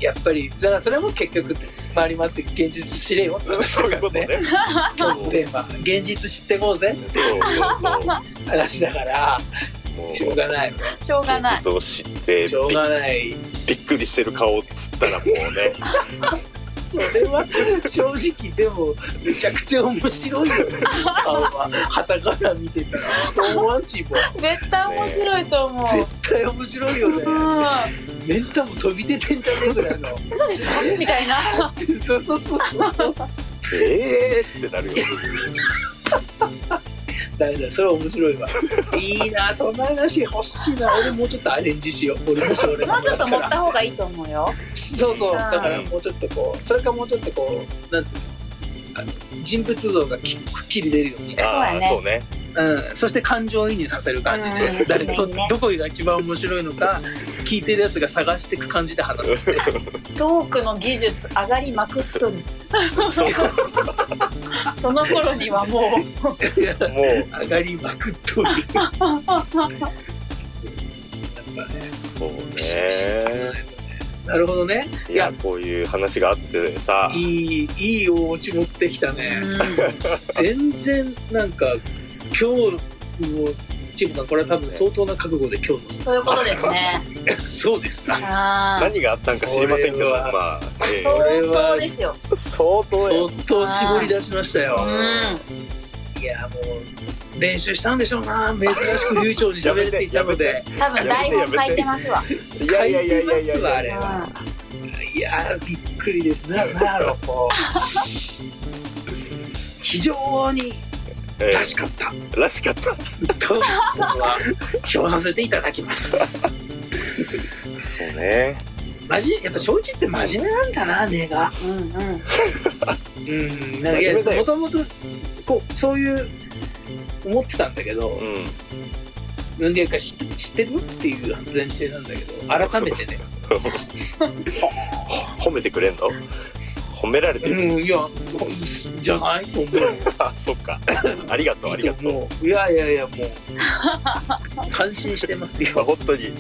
S1: やっぱりだからそれも結局回り回って現実知れよって
S2: そういうことね。そ
S1: 今
S2: う
S1: 日のテーマ現実知ってこうぜ
S2: そうそう。
S1: 話だから
S2: も
S1: しょうがない
S4: しょうがない
S2: 現実を知って
S1: しょう
S2: び
S1: がない
S2: びっくりしてる顔をつったらもうね。
S1: それは正直でもめちゃくちゃ面白いよね顔は旗から見てたらそう思わんちも
S4: 絶対面白いと思う、
S1: 絶対面白いよ
S4: うん
S1: ねメンタも飛び出てんじゃねえぐらいの
S4: 嘘でしょみたいな
S1: そうそうそうそうそう
S2: ええー、ってなるよ。
S1: だめだそれは面白 いわいいなそんな話欲しいな俺もうちょっとアレンジしよう俺もし俺
S4: もうちょっと持った方がいいと思うよ
S1: そうそう
S4: うん
S1: だからもうちょっとこうそれかもうちょっとこうなんていうのあの人物像がきくっきり出るようにね、
S4: だ
S2: あ
S4: ね
S2: あそうね。
S1: うん、そして感情移入させる感じで、
S4: うん
S1: 誰と
S4: いいね
S1: どこが一番面白いのか聞いてるやつが探していく感じで話すって
S4: トークの技術上がりまくっとる
S2: そう
S4: その頃にはもう
S2: もう
S1: 上がりまくっ とるやっぱね
S2: そうね。
S1: なるほどね
S2: いやこういう話があってさ。
S1: いいいいお家持ってきたね全然なんか今日もチームさんこれは多分相当な覚悟で 今日
S3: そういうことですね。
S1: のそうですな
S3: あー
S2: 何があったんか知りませんけ
S1: こ
S2: ど
S1: れ
S2: ま
S1: は
S2: あ、え
S3: 相
S1: れは
S3: 当ですよ。
S2: え相当や
S1: 相当絞り出しましたよ
S3: う
S1: いやもう練習したんでしょうな珍しく流暢に喋れていたので
S3: ん。多分台本書いてますわ。
S2: いやいやいやいや
S1: 書
S2: い
S1: い
S2: や
S1: てます
S2: い
S1: わあ
S2: や
S1: れは
S3: う
S1: いやーびっくりですななんやろこう非常に
S2: え
S1: らしかった
S2: えらしかった
S1: と僕は評させていただきます
S2: そうね
S1: 真面目やっぱ正一って真面目なんだな根が
S3: んうんうん。
S1: うんなんかいや
S2: 真面目だよ
S1: もともとこうそういう思ってたんだけど
S2: うん
S1: 何でか知って知ってるっていう前提なんだけど改めて ね
S2: 褒めてくれんの褒められてる、
S1: うんいやじゃないと思う
S2: あそっかありがとうありがとう
S1: もういやいやいやもう感心してます
S2: まあ
S1: よ、
S2: 本当によ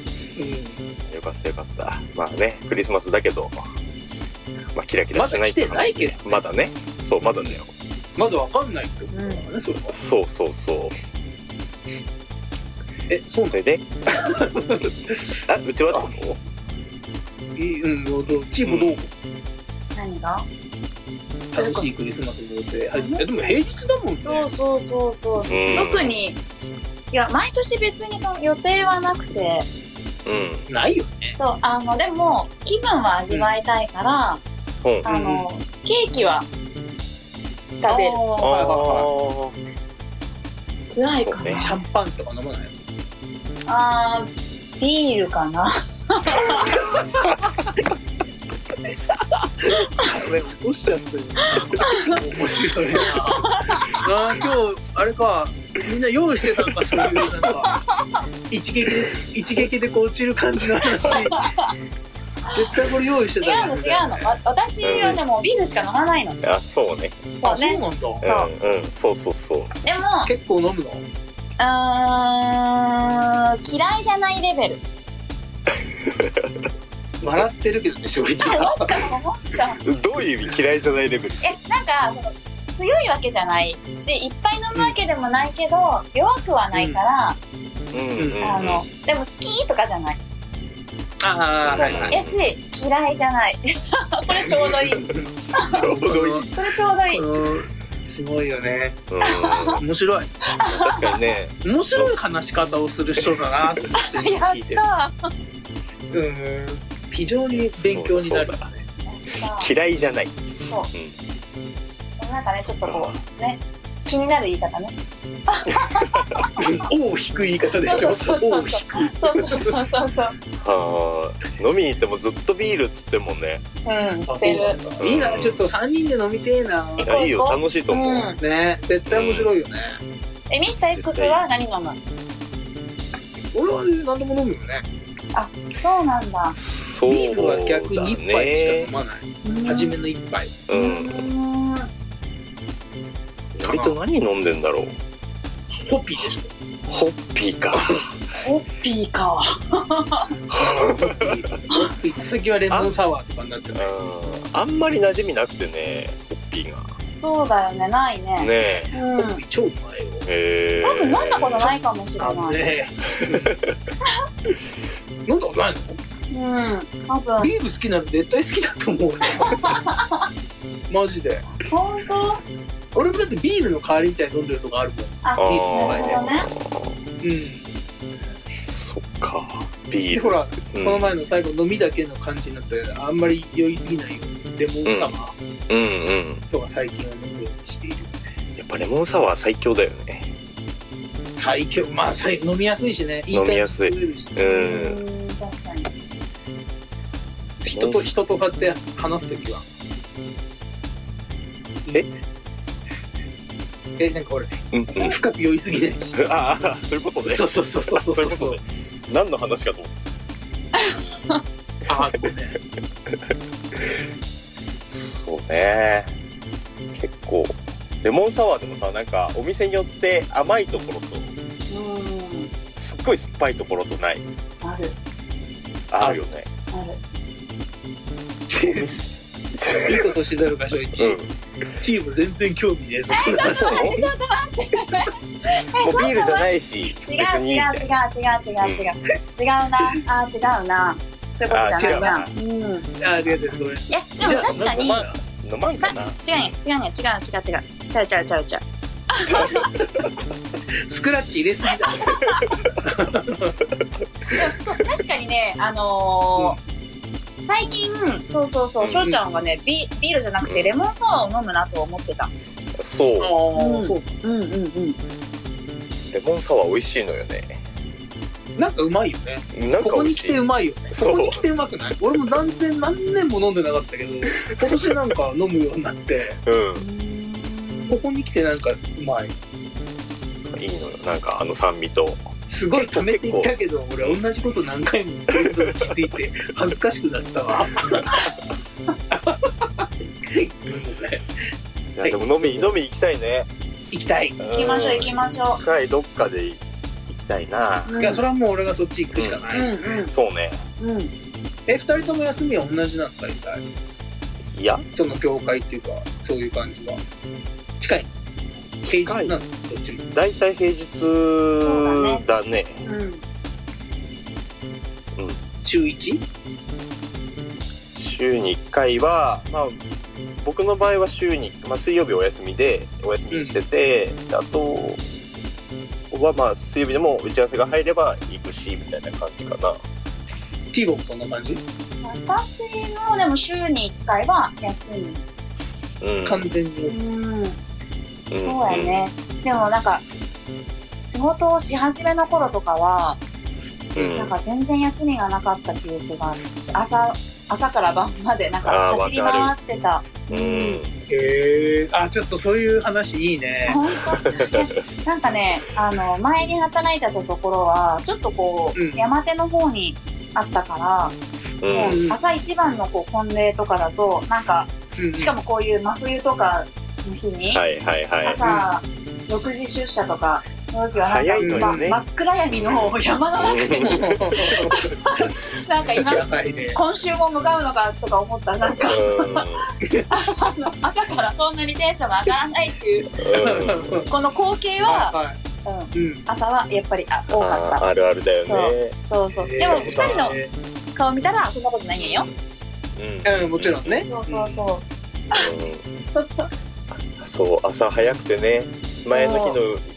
S1: う
S2: かったよかったまあねクリスマスだけどまあキラキ
S1: ん、
S2: ラ
S1: ま
S2: して
S1: だ
S2: な
S1: 来てない
S2: い
S1: けど
S2: まだねそうまだね
S1: まだわかんないってことだからねそれは
S2: そうそうそう
S1: えそうな
S2: それで あうちはどう
S1: のいいうんどうチームどう、
S3: 何が？
S1: 楽しいクリスマスの予定入ってえでも平日だもんね
S3: そうそうそうそ
S2: う
S3: う。
S2: ん
S3: 特にいや毎年別にその予定はなくて、
S2: う
S1: ないよ
S3: そうあのでも気分は味わいたいから、
S2: んうん
S3: あのケーキは食べ
S1: あ
S3: る
S1: ー
S2: あ
S3: ぐらいか
S2: そう
S3: な
S2: ね。
S1: シャンパンとか飲まないの
S3: あービールか な。
S1: あれ落としちゃったよ面白いなあー今日あれかみんな用意してたんかそういうなんか一撃で一撃でこう落ちる感じの話絶対これ用意して
S3: 違
S1: た
S3: う
S1: う
S3: の違うの。わ私はでもビールしか飲まないの。
S2: ーあそうね
S3: そ
S1: そ
S3: う
S1: う
S3: ね。
S1: なんだ
S2: うんうんそうそうそう
S3: でも
S1: 結構飲むの
S3: うーん嫌いじゃない レベル。
S1: 笑ってるけどね正一
S3: 思った思った。
S2: どういう意味嫌いじゃないレベル
S3: えなんかその強いわけじゃないしいっぱい飲むわけでもないけど、弱くはないから、
S2: うんうん
S3: あのでも好きとかじゃない、
S1: あ
S3: そうそうやし嫌いじゃない これちょうどいいこ
S2: ちょうどいい、うん、
S3: れちょうどいい
S1: すごいよね
S2: 確
S1: 面白い
S2: かにね
S1: 面白い話し方をする人だなって
S3: やった
S2: 聞いてる
S3: さ
S1: うん非常に勉強になる
S3: あ
S2: 嫌いじゃない
S3: でもなんかねちょっとこうね気になる言い方ね
S1: おを引く言い方でし
S3: そ
S1: ょ
S3: うそうそうそう
S1: おを引く
S3: そうそうそうそうそう
S2: あー飲みに行ってもずっとビールっつってもね
S3: うん
S1: あ
S3: てる
S1: そうなんだいいなちょっと3人で飲みてえな
S3: え
S2: いやいいよ
S3: ここ
S2: 楽しいと思う、
S3: うん
S1: ね絶対面白いよね
S3: えミスター X は何飲む
S1: 俺はね何でも飲むよね
S3: そうなんだ
S2: そうだね
S1: ビールは逆に1杯しか飲まない初めの1杯
S2: うん
S3: うん
S2: 割と何飲んでんだろう
S1: ホピーでしょ
S2: ホッピーか
S3: ホッピーか
S1: ホピーホピーって先はレモンサワーとかになっちゃう
S2: うんあんまり馴染みなくてねホッピーが
S3: そうだよねないね
S2: ね
S3: う
S1: ホ
S3: ん
S1: ピー超うまいよ
S2: えへえ
S3: 多分飲んだことないかもしれ
S1: あ
S3: ない。
S1: ねえ飲んだことないの
S3: うん、多分。
S1: ビール好きなら絶対好きだと思う よマジで
S3: 本当？
S1: 俺もだってビールの代わりみたいに飲んでるとこあるもん
S3: あ、
S2: あ
S1: ビール
S3: の前
S2: ー
S1: うん
S2: そっかビ
S1: で
S2: ール
S1: ほら、
S2: うん
S1: この前の最後飲みだけの感じになってあんまり酔いすぎないようにレモンサワー
S2: うんうん
S1: とか最近は飲むようにしている、
S2: やっぱレモンサワー最強だよね
S1: 最強まあ最飲みやすいしねいい感
S2: 飲み
S1: じ
S2: やすい
S1: 作れるし
S2: うん
S3: うん、確かに。
S1: 人と人とかって話すときは
S2: え
S1: えなんか俺
S2: うんうん
S1: 深く酔いすぎないし
S2: ああそういうことね
S1: そうそうそう そうそうそう
S2: あいうことね何の話かと思った
S1: あごめん
S2: そうね結構レモンサワーでもさなんかお店によって甘いところと
S3: う
S2: すっごい酸っぱいところとない
S3: ん、ある
S2: あるよね
S3: ある。
S2: お店
S1: いいことしてたのかしょいち、
S2: うん
S1: チーム全然興味ねえぞ
S3: え、ちょっと待って、ちょっと
S2: もう
S3: 待って。
S2: ビールじゃ
S3: い。
S2: ないし
S3: 違う
S2: 別に
S3: 違う違う違う違う違う
S2: みたい
S3: 違うなあー違うなそういうことじゃないな
S2: あ
S3: うんい
S1: あありがとうございます
S3: やでも確かに
S1: じゃ
S3: さ
S1: あ
S2: な飲まんかな
S3: 違うね違うね違う違う違うちゃうちゃうちゃうちゃう
S1: スクラッチ入れすぎだ
S3: そう確かにねあのー最近そうそうそう
S2: うん
S3: 翔ちゃんがねビビールじゃなくてレモンサワーを飲むなと思ってた
S2: そう
S1: あ
S3: うん
S1: そう
S3: うんうんうん
S2: レモンサワー美味しいのよね
S1: なんかうまいよね
S2: なん
S1: ここ
S2: か美
S1: に
S2: 味
S1: 来
S2: していう
S1: まいよね
S2: そう
S1: ここに来てうまくない俺も何千何年も飲んでなかったけど今年なんか飲むようになってここに来てなんかうまい
S2: うんいいのよなんかあの酸味と
S1: すごい溜めていったけど俺同じこと何回も言ってることに気づいて恥ずかしくなったわ
S2: いやでも飲み飲み行きたいね
S1: 行きたい
S2: 行
S3: 行きましょう行きましょ
S2: 一回どっかで行きたいな、
S3: ううん
S1: いやそれはもう俺がそっち行くしかない、
S3: うん
S2: そうね
S3: うんうん
S1: え二人とも休みは同じなんだたい
S2: いや
S1: その業界っていうかそういう感じは近い平日なんだどっちも
S2: 大体平日だね
S3: うん
S1: 週 1?
S2: 週に1回は、まあ、僕の場合は週に、まあ、水曜日お休みでお休みしてて、であとはまあ水曜日でも打ち合わせが入れば行くしみたいな感じかな
S1: T ボもそんな感じ、
S3: 私もでも週に1回は休み
S2: うん
S1: 完全に
S3: うん
S2: ん
S3: そうやね、でもなんか仕事をし始めの頃とかは、
S2: うん
S3: なんか全然休みがなかった記憶があるし朝朝から晩までなん
S2: あ
S3: か
S2: ー
S3: 走り回ってた
S2: うん
S1: へえー、あちょっとそういう話いいね
S3: 本当えなんかねあの前に働いてたところはちょっとこう、
S1: うん
S3: 山手の方にあったか
S2: う
S3: ら、
S2: ん
S1: うん
S3: 朝一番のこう婚礼とかだとなんかしか
S1: も
S3: もこういう真冬とかの日に、
S2: はいはいはい
S3: 朝6時出社とかの時はなんか
S2: 早
S1: いの
S2: よね
S3: ま真っ暗闇の山の中になんか今
S1: やばいね
S3: 今週も向かうのかとか思ったらなんか
S2: うん
S3: あの朝からそんなにテンションが上がらないってい
S2: う
S3: う
S2: ん
S3: この光景は、
S1: は
S3: うん、
S1: い、うん
S3: 朝はやっぱりあ多か
S2: あ
S3: っ
S2: ーあるあるだよね
S3: たそうそうでも2人の顔見たらそんなことないんやよ
S1: のうんもちろんね
S3: そうそうそう
S2: うんそう朝早くてね前の日の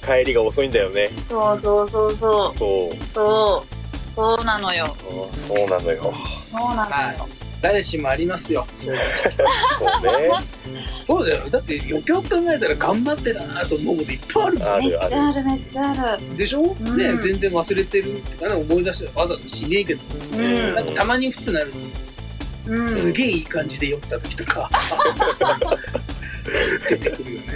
S2: 帰りが遅いんだよね
S3: そうそうそうそ
S2: そう
S3: うそうそうなのよ
S2: そうそうなのよ
S3: そうなのよ
S1: 誰しもありますよそう
S2: そうね
S1: そうだよだってよくよく考えたら頑張ってたなと思うこといっぱいあるも
S2: あ
S3: め
S2: る
S3: っ
S2: あ
S3: ちゃ
S2: る
S3: あるめっちゃある
S1: んでしょ、
S3: ん
S1: ね全然忘れてるっていうかね思い出してわざわざしねえけど、
S3: うん
S1: なんかたまにふってなる
S3: うん
S1: すげえいい感じで酔った時とか出てくるよね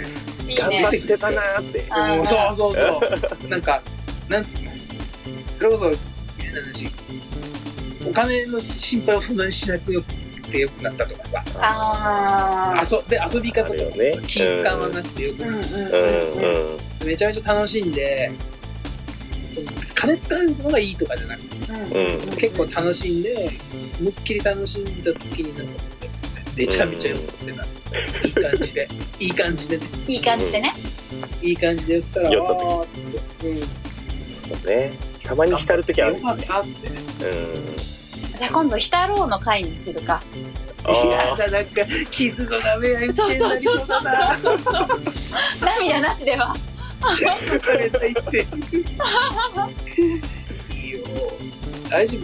S3: いい
S2: 頑張
S3: ね
S2: ってたなーって
S3: あー
S1: もうそうそうそうなんかなんつうのそれこそ変な話お金の心配をそんなにしなくてよくなったとかさ
S3: あ
S1: あそで遊び方とかも
S2: あるよ
S1: さ
S2: ね
S1: 気使わなくてよく
S3: ーうんうんうん
S2: うんうん
S1: めちゃめちゃ楽しんでその金使うのがいいとかじゃなくて
S2: うん
S1: 結構楽しんで思いっきり楽しんだ時になんかやつねめちゃめちゃ酔ってた、いい感じでいい感じでねい
S3: いい感じでね
S1: い感じで酔ってたら
S2: 酔った時
S1: あーっつって、うん、
S2: そうねたまに浸る時ある
S1: よかったって
S2: うん
S3: じゃあ今度浸ろうの会にするか
S1: いや
S2: あ
S1: だなんか傷の舐め合いみ
S3: そう
S1: たいに
S3: そう
S1: なり
S3: そう
S1: そ
S3: そうう
S1: だな
S3: そうそう涙なしでは
S1: 疲れたいっていいよ大丈夫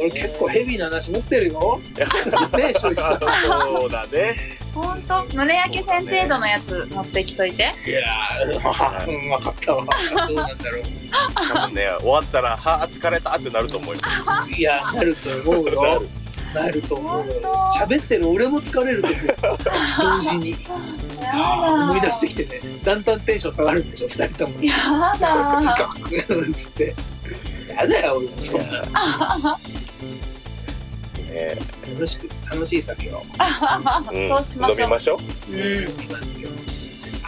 S1: 俺結構ヘビーな話持ってる よねえ正直さん
S2: ーそうだね
S3: 本当胸焼けせん程度のやつ持ってきといて
S1: いやーうん分かったわどうなんだろう
S2: 多分ね終わったらはあ疲れたってなると思うよ
S1: いやなると思うよ
S2: なる
S1: なると思うよ
S3: 本
S1: 喋ってる俺も疲れると思う同時に
S3: や
S1: 思い出してきてねだんだんテンション下がるんでしょ二人とも
S3: やだ
S1: ガッつってやだよ俺もそんな
S2: ね
S1: 楽しく楽しい酒を
S2: ん
S3: そうしましょ
S2: 飲
S3: う
S2: みましょう
S3: う
S1: 飲みますよ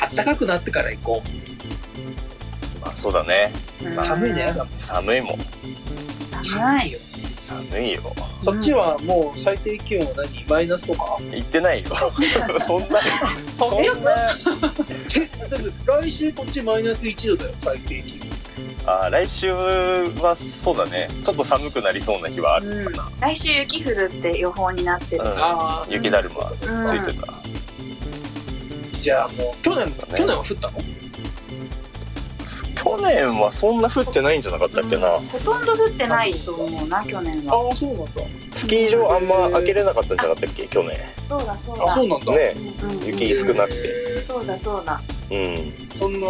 S1: あったかくなってから行こ
S2: まあそうだね
S3: ん
S1: う寒いねやだもん
S2: 寒いもん
S3: 寒い
S1: よ
S2: 寒いよ
S1: そっちはもう最低気温は何マイナスとか
S2: 行ってない よそんなそんな
S1: えだって来週こっちマイナス1度だよ最低気温
S2: あー来週はそうだねちょっと寒くなりそうな日はある、
S3: うん、来週雪降るって予報になってるし、
S1: ああ
S2: 雪だるまつ
S3: うん
S2: いてた、
S1: じゃあもう去年、去年は降ったの
S2: 去年はそんな降ってないんじゃなかったっけな、
S3: ほとんど降ってないと思うな去年は
S1: ああそうなんだ
S2: スキー場あんま開けれなかったんじゃなかったっけ去年
S3: そうだそう
S1: あ
S3: だ
S1: そうなんだ、
S2: ね
S3: うんうん
S2: 雪少なくて
S3: そうだそうだ
S2: う
S1: そんな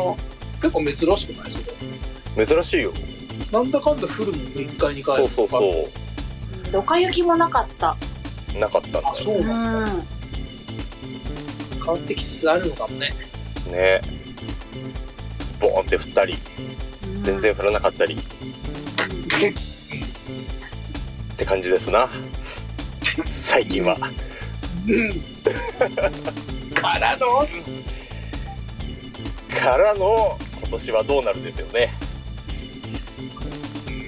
S1: 結構珍しくないそれ
S2: ん珍しいよ
S1: なんだかんだ降るもんね1回2回
S2: そうそうそ
S3: うんどか雪もなかった
S2: うなかったんだ
S1: あそううんなんだ変わってきつつあるのかもね
S2: ねボーンって降ったり全然降らなかったりっ
S1: え
S2: て感じですな最近はからのからの今年はどうなるんですよね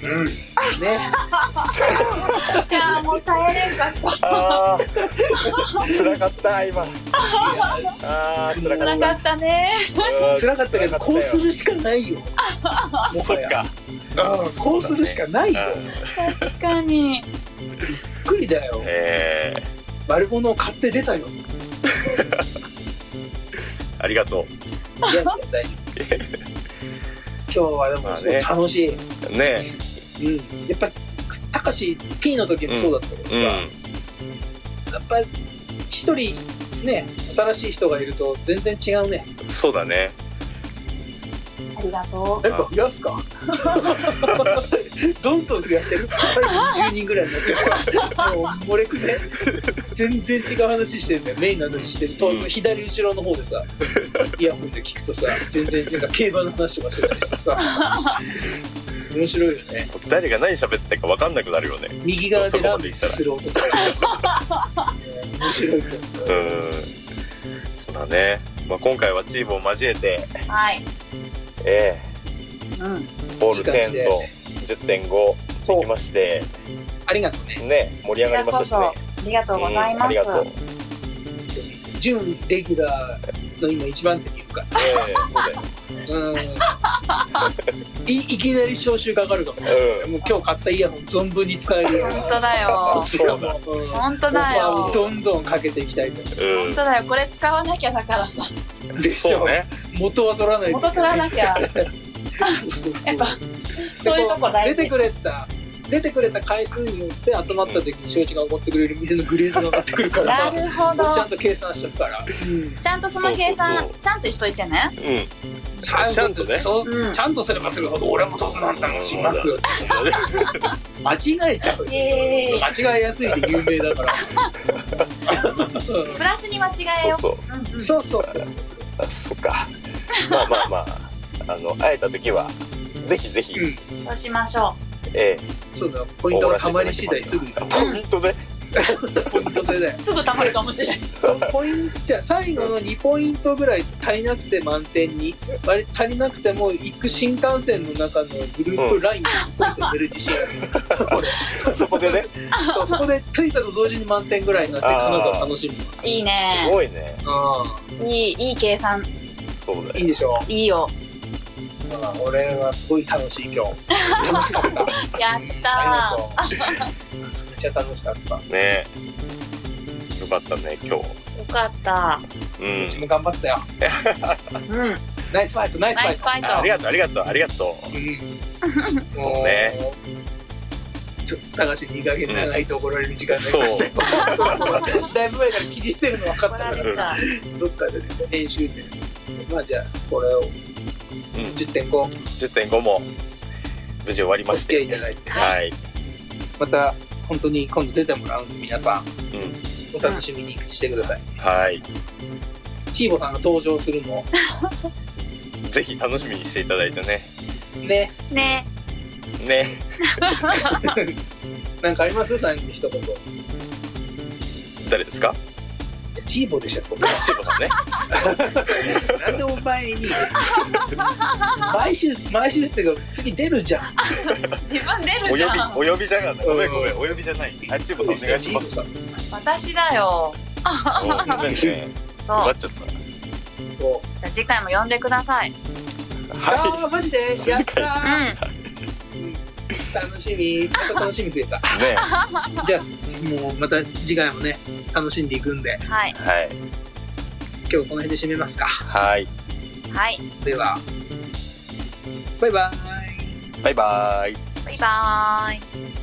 S1: うん ね
S3: いやーもう耐えれんかった
S2: あ ー辛かった今あー辛か
S3: 辛
S2: っ
S3: か
S2: た
S3: ったね
S2: うん
S1: 辛かったけどこうす
S2: よ
S1: るしかないよも
S2: そ
S1: は
S2: っ
S1: や
S2: か
S1: うんこうするしかないよ
S2: うん
S3: 確かに
S1: びっくりだよ
S2: え
S1: 悪者を買って出たよ
S2: ー、ありがと
S1: いやいや大丈 夫今日はでもすごい楽しい、
S2: うね
S1: うん、やっぱたかし P の時もそうだったけどさ、
S2: え、う
S1: やっ
S2: ん
S1: ぱ一人ね新しい人がいると全然違うね
S2: そうだね。
S3: ありがと
S1: やっぱ増やすか どんどん増や してる10人ぐらいになってるもう漏れくね全然違う話してるんだよメインの話してると、
S2: うん
S1: 左後ろの方でさイヤホンで聞くとさ全然なんか競馬の話とかしてたりして さ面白いよね
S2: 誰が何喋ってるか分かんなくなるよね。
S1: 右側でランする音とかうん面白いと思
S2: う
S1: う
S2: ーん。そうだね。まあ、今回はチームを交えて、
S3: うはい
S2: え
S3: うん
S2: えボール10
S1: いい
S2: と
S1: 感
S2: 10.5
S1: そう
S2: いきまして、
S1: ありがとうね
S2: ね、盛り上がりました
S3: こ
S2: し
S3: ち
S2: ね。
S3: らこそありがとうござい
S2: うんあ
S3: ま
S2: り
S3: す、
S2: がとう。
S1: 準レギュラーの今一番手にいるから
S2: ええそうだよ。
S1: うんいい きなり招集かかるかも、
S2: うん
S1: もう今日買ったイヤホン存分に使えるように
S3: 本当だよ
S1: こちらも、
S2: そ
S1: うんオフ
S3: 本当
S1: ァ
S3: だ
S1: ーを
S3: よ
S1: どんどんかけていきたいと
S3: 本当だよこれ使わなきゃだからさ
S2: うん。
S1: でしょ
S2: そうね。
S1: 元は取らないと
S3: 元取らなきゃ
S1: そうそうそう
S3: やっぱそういうとこ大事
S1: 出てくれた出てくれた回数によって集まった時に庄司がおごってくれる店のグレードが上がってくるか
S3: な
S1: ら
S3: るほど
S1: ちゃんと計算しちゃうから、うん
S3: ちゃんとその計
S2: そ
S3: 算
S2: うそうそう
S3: ちゃんとし といてね
S2: うん。い
S1: ちゃ
S2: ちゃんとね
S1: そう
S3: うん
S1: ちゃんとすればするほど俺も得なんだもんしますよ間違えちゃうよ
S3: イエーイ
S1: 間違えやすいで有名だから
S3: プラスに間違え
S2: そう
S3: よ
S2: そう。
S3: うんうん
S1: そうそうそうそうそう
S2: あ、そっか。まあまあまあ、あの、会えた時は、ぜひぜひ、
S1: うん
S3: そうしましょ
S2: ええ
S1: そうだポイントがたまり次第すぐ
S2: ポイントね。
S1: ポイント制だよ
S3: うすぐたまるかもしれん
S1: ポイントじゃあ最後の2ポイントぐらい足りなくて満点に割り足りなくても行く新幹線の中のグループラインにポイント出る自信ある、これ
S2: そこでね。
S1: そうそこで着いたと同時に満点ぐらいになって金沢楽しむ
S3: いい
S2: す
S3: ね
S2: ごいね。
S1: あ
S3: いいいい計算
S2: そうだ
S1: ー
S2: よ
S1: いい。でしょ
S3: いいよ
S1: う、まあ、俺はすごい楽しい今日楽しかった
S3: や
S1: あ
S3: ったー
S1: りがとう。めっちゃ楽しかった。う
S2: ねよかったね今
S3: よかった
S2: 日うん
S1: ちも頑張ったよ。
S3: うん
S1: ナイスファイト、ナイスフ
S3: ナ
S1: ァ
S3: イ
S1: イ
S3: ス
S1: ト
S3: フ。ァイ
S2: ああり
S3: ト
S2: がとうありがとうありがと う
S1: うん
S2: そうね。
S1: もうちょっと高橋にいい加減長いと怒られる時間になり ましたよ。だいぶ前から気にしてるの分かっ
S3: 怒
S1: たからら、
S3: れちゃう
S1: どっかでね練習点。まあじゃあこれを10.5お
S2: 10.5も無事終わりまし
S1: 付き合いい
S2: て
S1: ただいて、
S2: はい
S1: また本当に今度出てもらうんで皆さん
S2: うん
S1: お楽しみにしてください。
S2: はい
S1: チーボさんが登場するの
S2: ぜひ楽しみにしていただいてね
S1: ね。
S3: ね
S2: ね
S1: なんかあります最後に一言。
S2: 誰ですか
S1: チーボでしたそんな
S2: チーボさんね。
S1: なんでお前に毎週毎週っていうか次出るじゃん
S3: 自分出
S2: お
S3: るじゃん
S2: 呼び、お呼び じゃがない。ごめんごめん、お呼びじゃない。あ、チーボさんお願いします。
S1: チーボさんです
S3: 私だよ
S2: もうごめんね。
S3: そ
S2: 奪
S3: う
S2: っちゃっ
S1: そう
S3: じゃあ次回も呼んでください
S2: た。は
S1: あーマジでやったー
S3: う
S1: 楽しみまた楽しみ増えた
S2: い。ね。
S1: じゃあもうまた次回もね楽しんでいくんで
S3: んはい
S2: はい。
S1: 今日はこの辺で締めますか
S2: はい。
S3: はい
S1: ではバイバイ
S2: バイバーイ。
S3: バイバーイ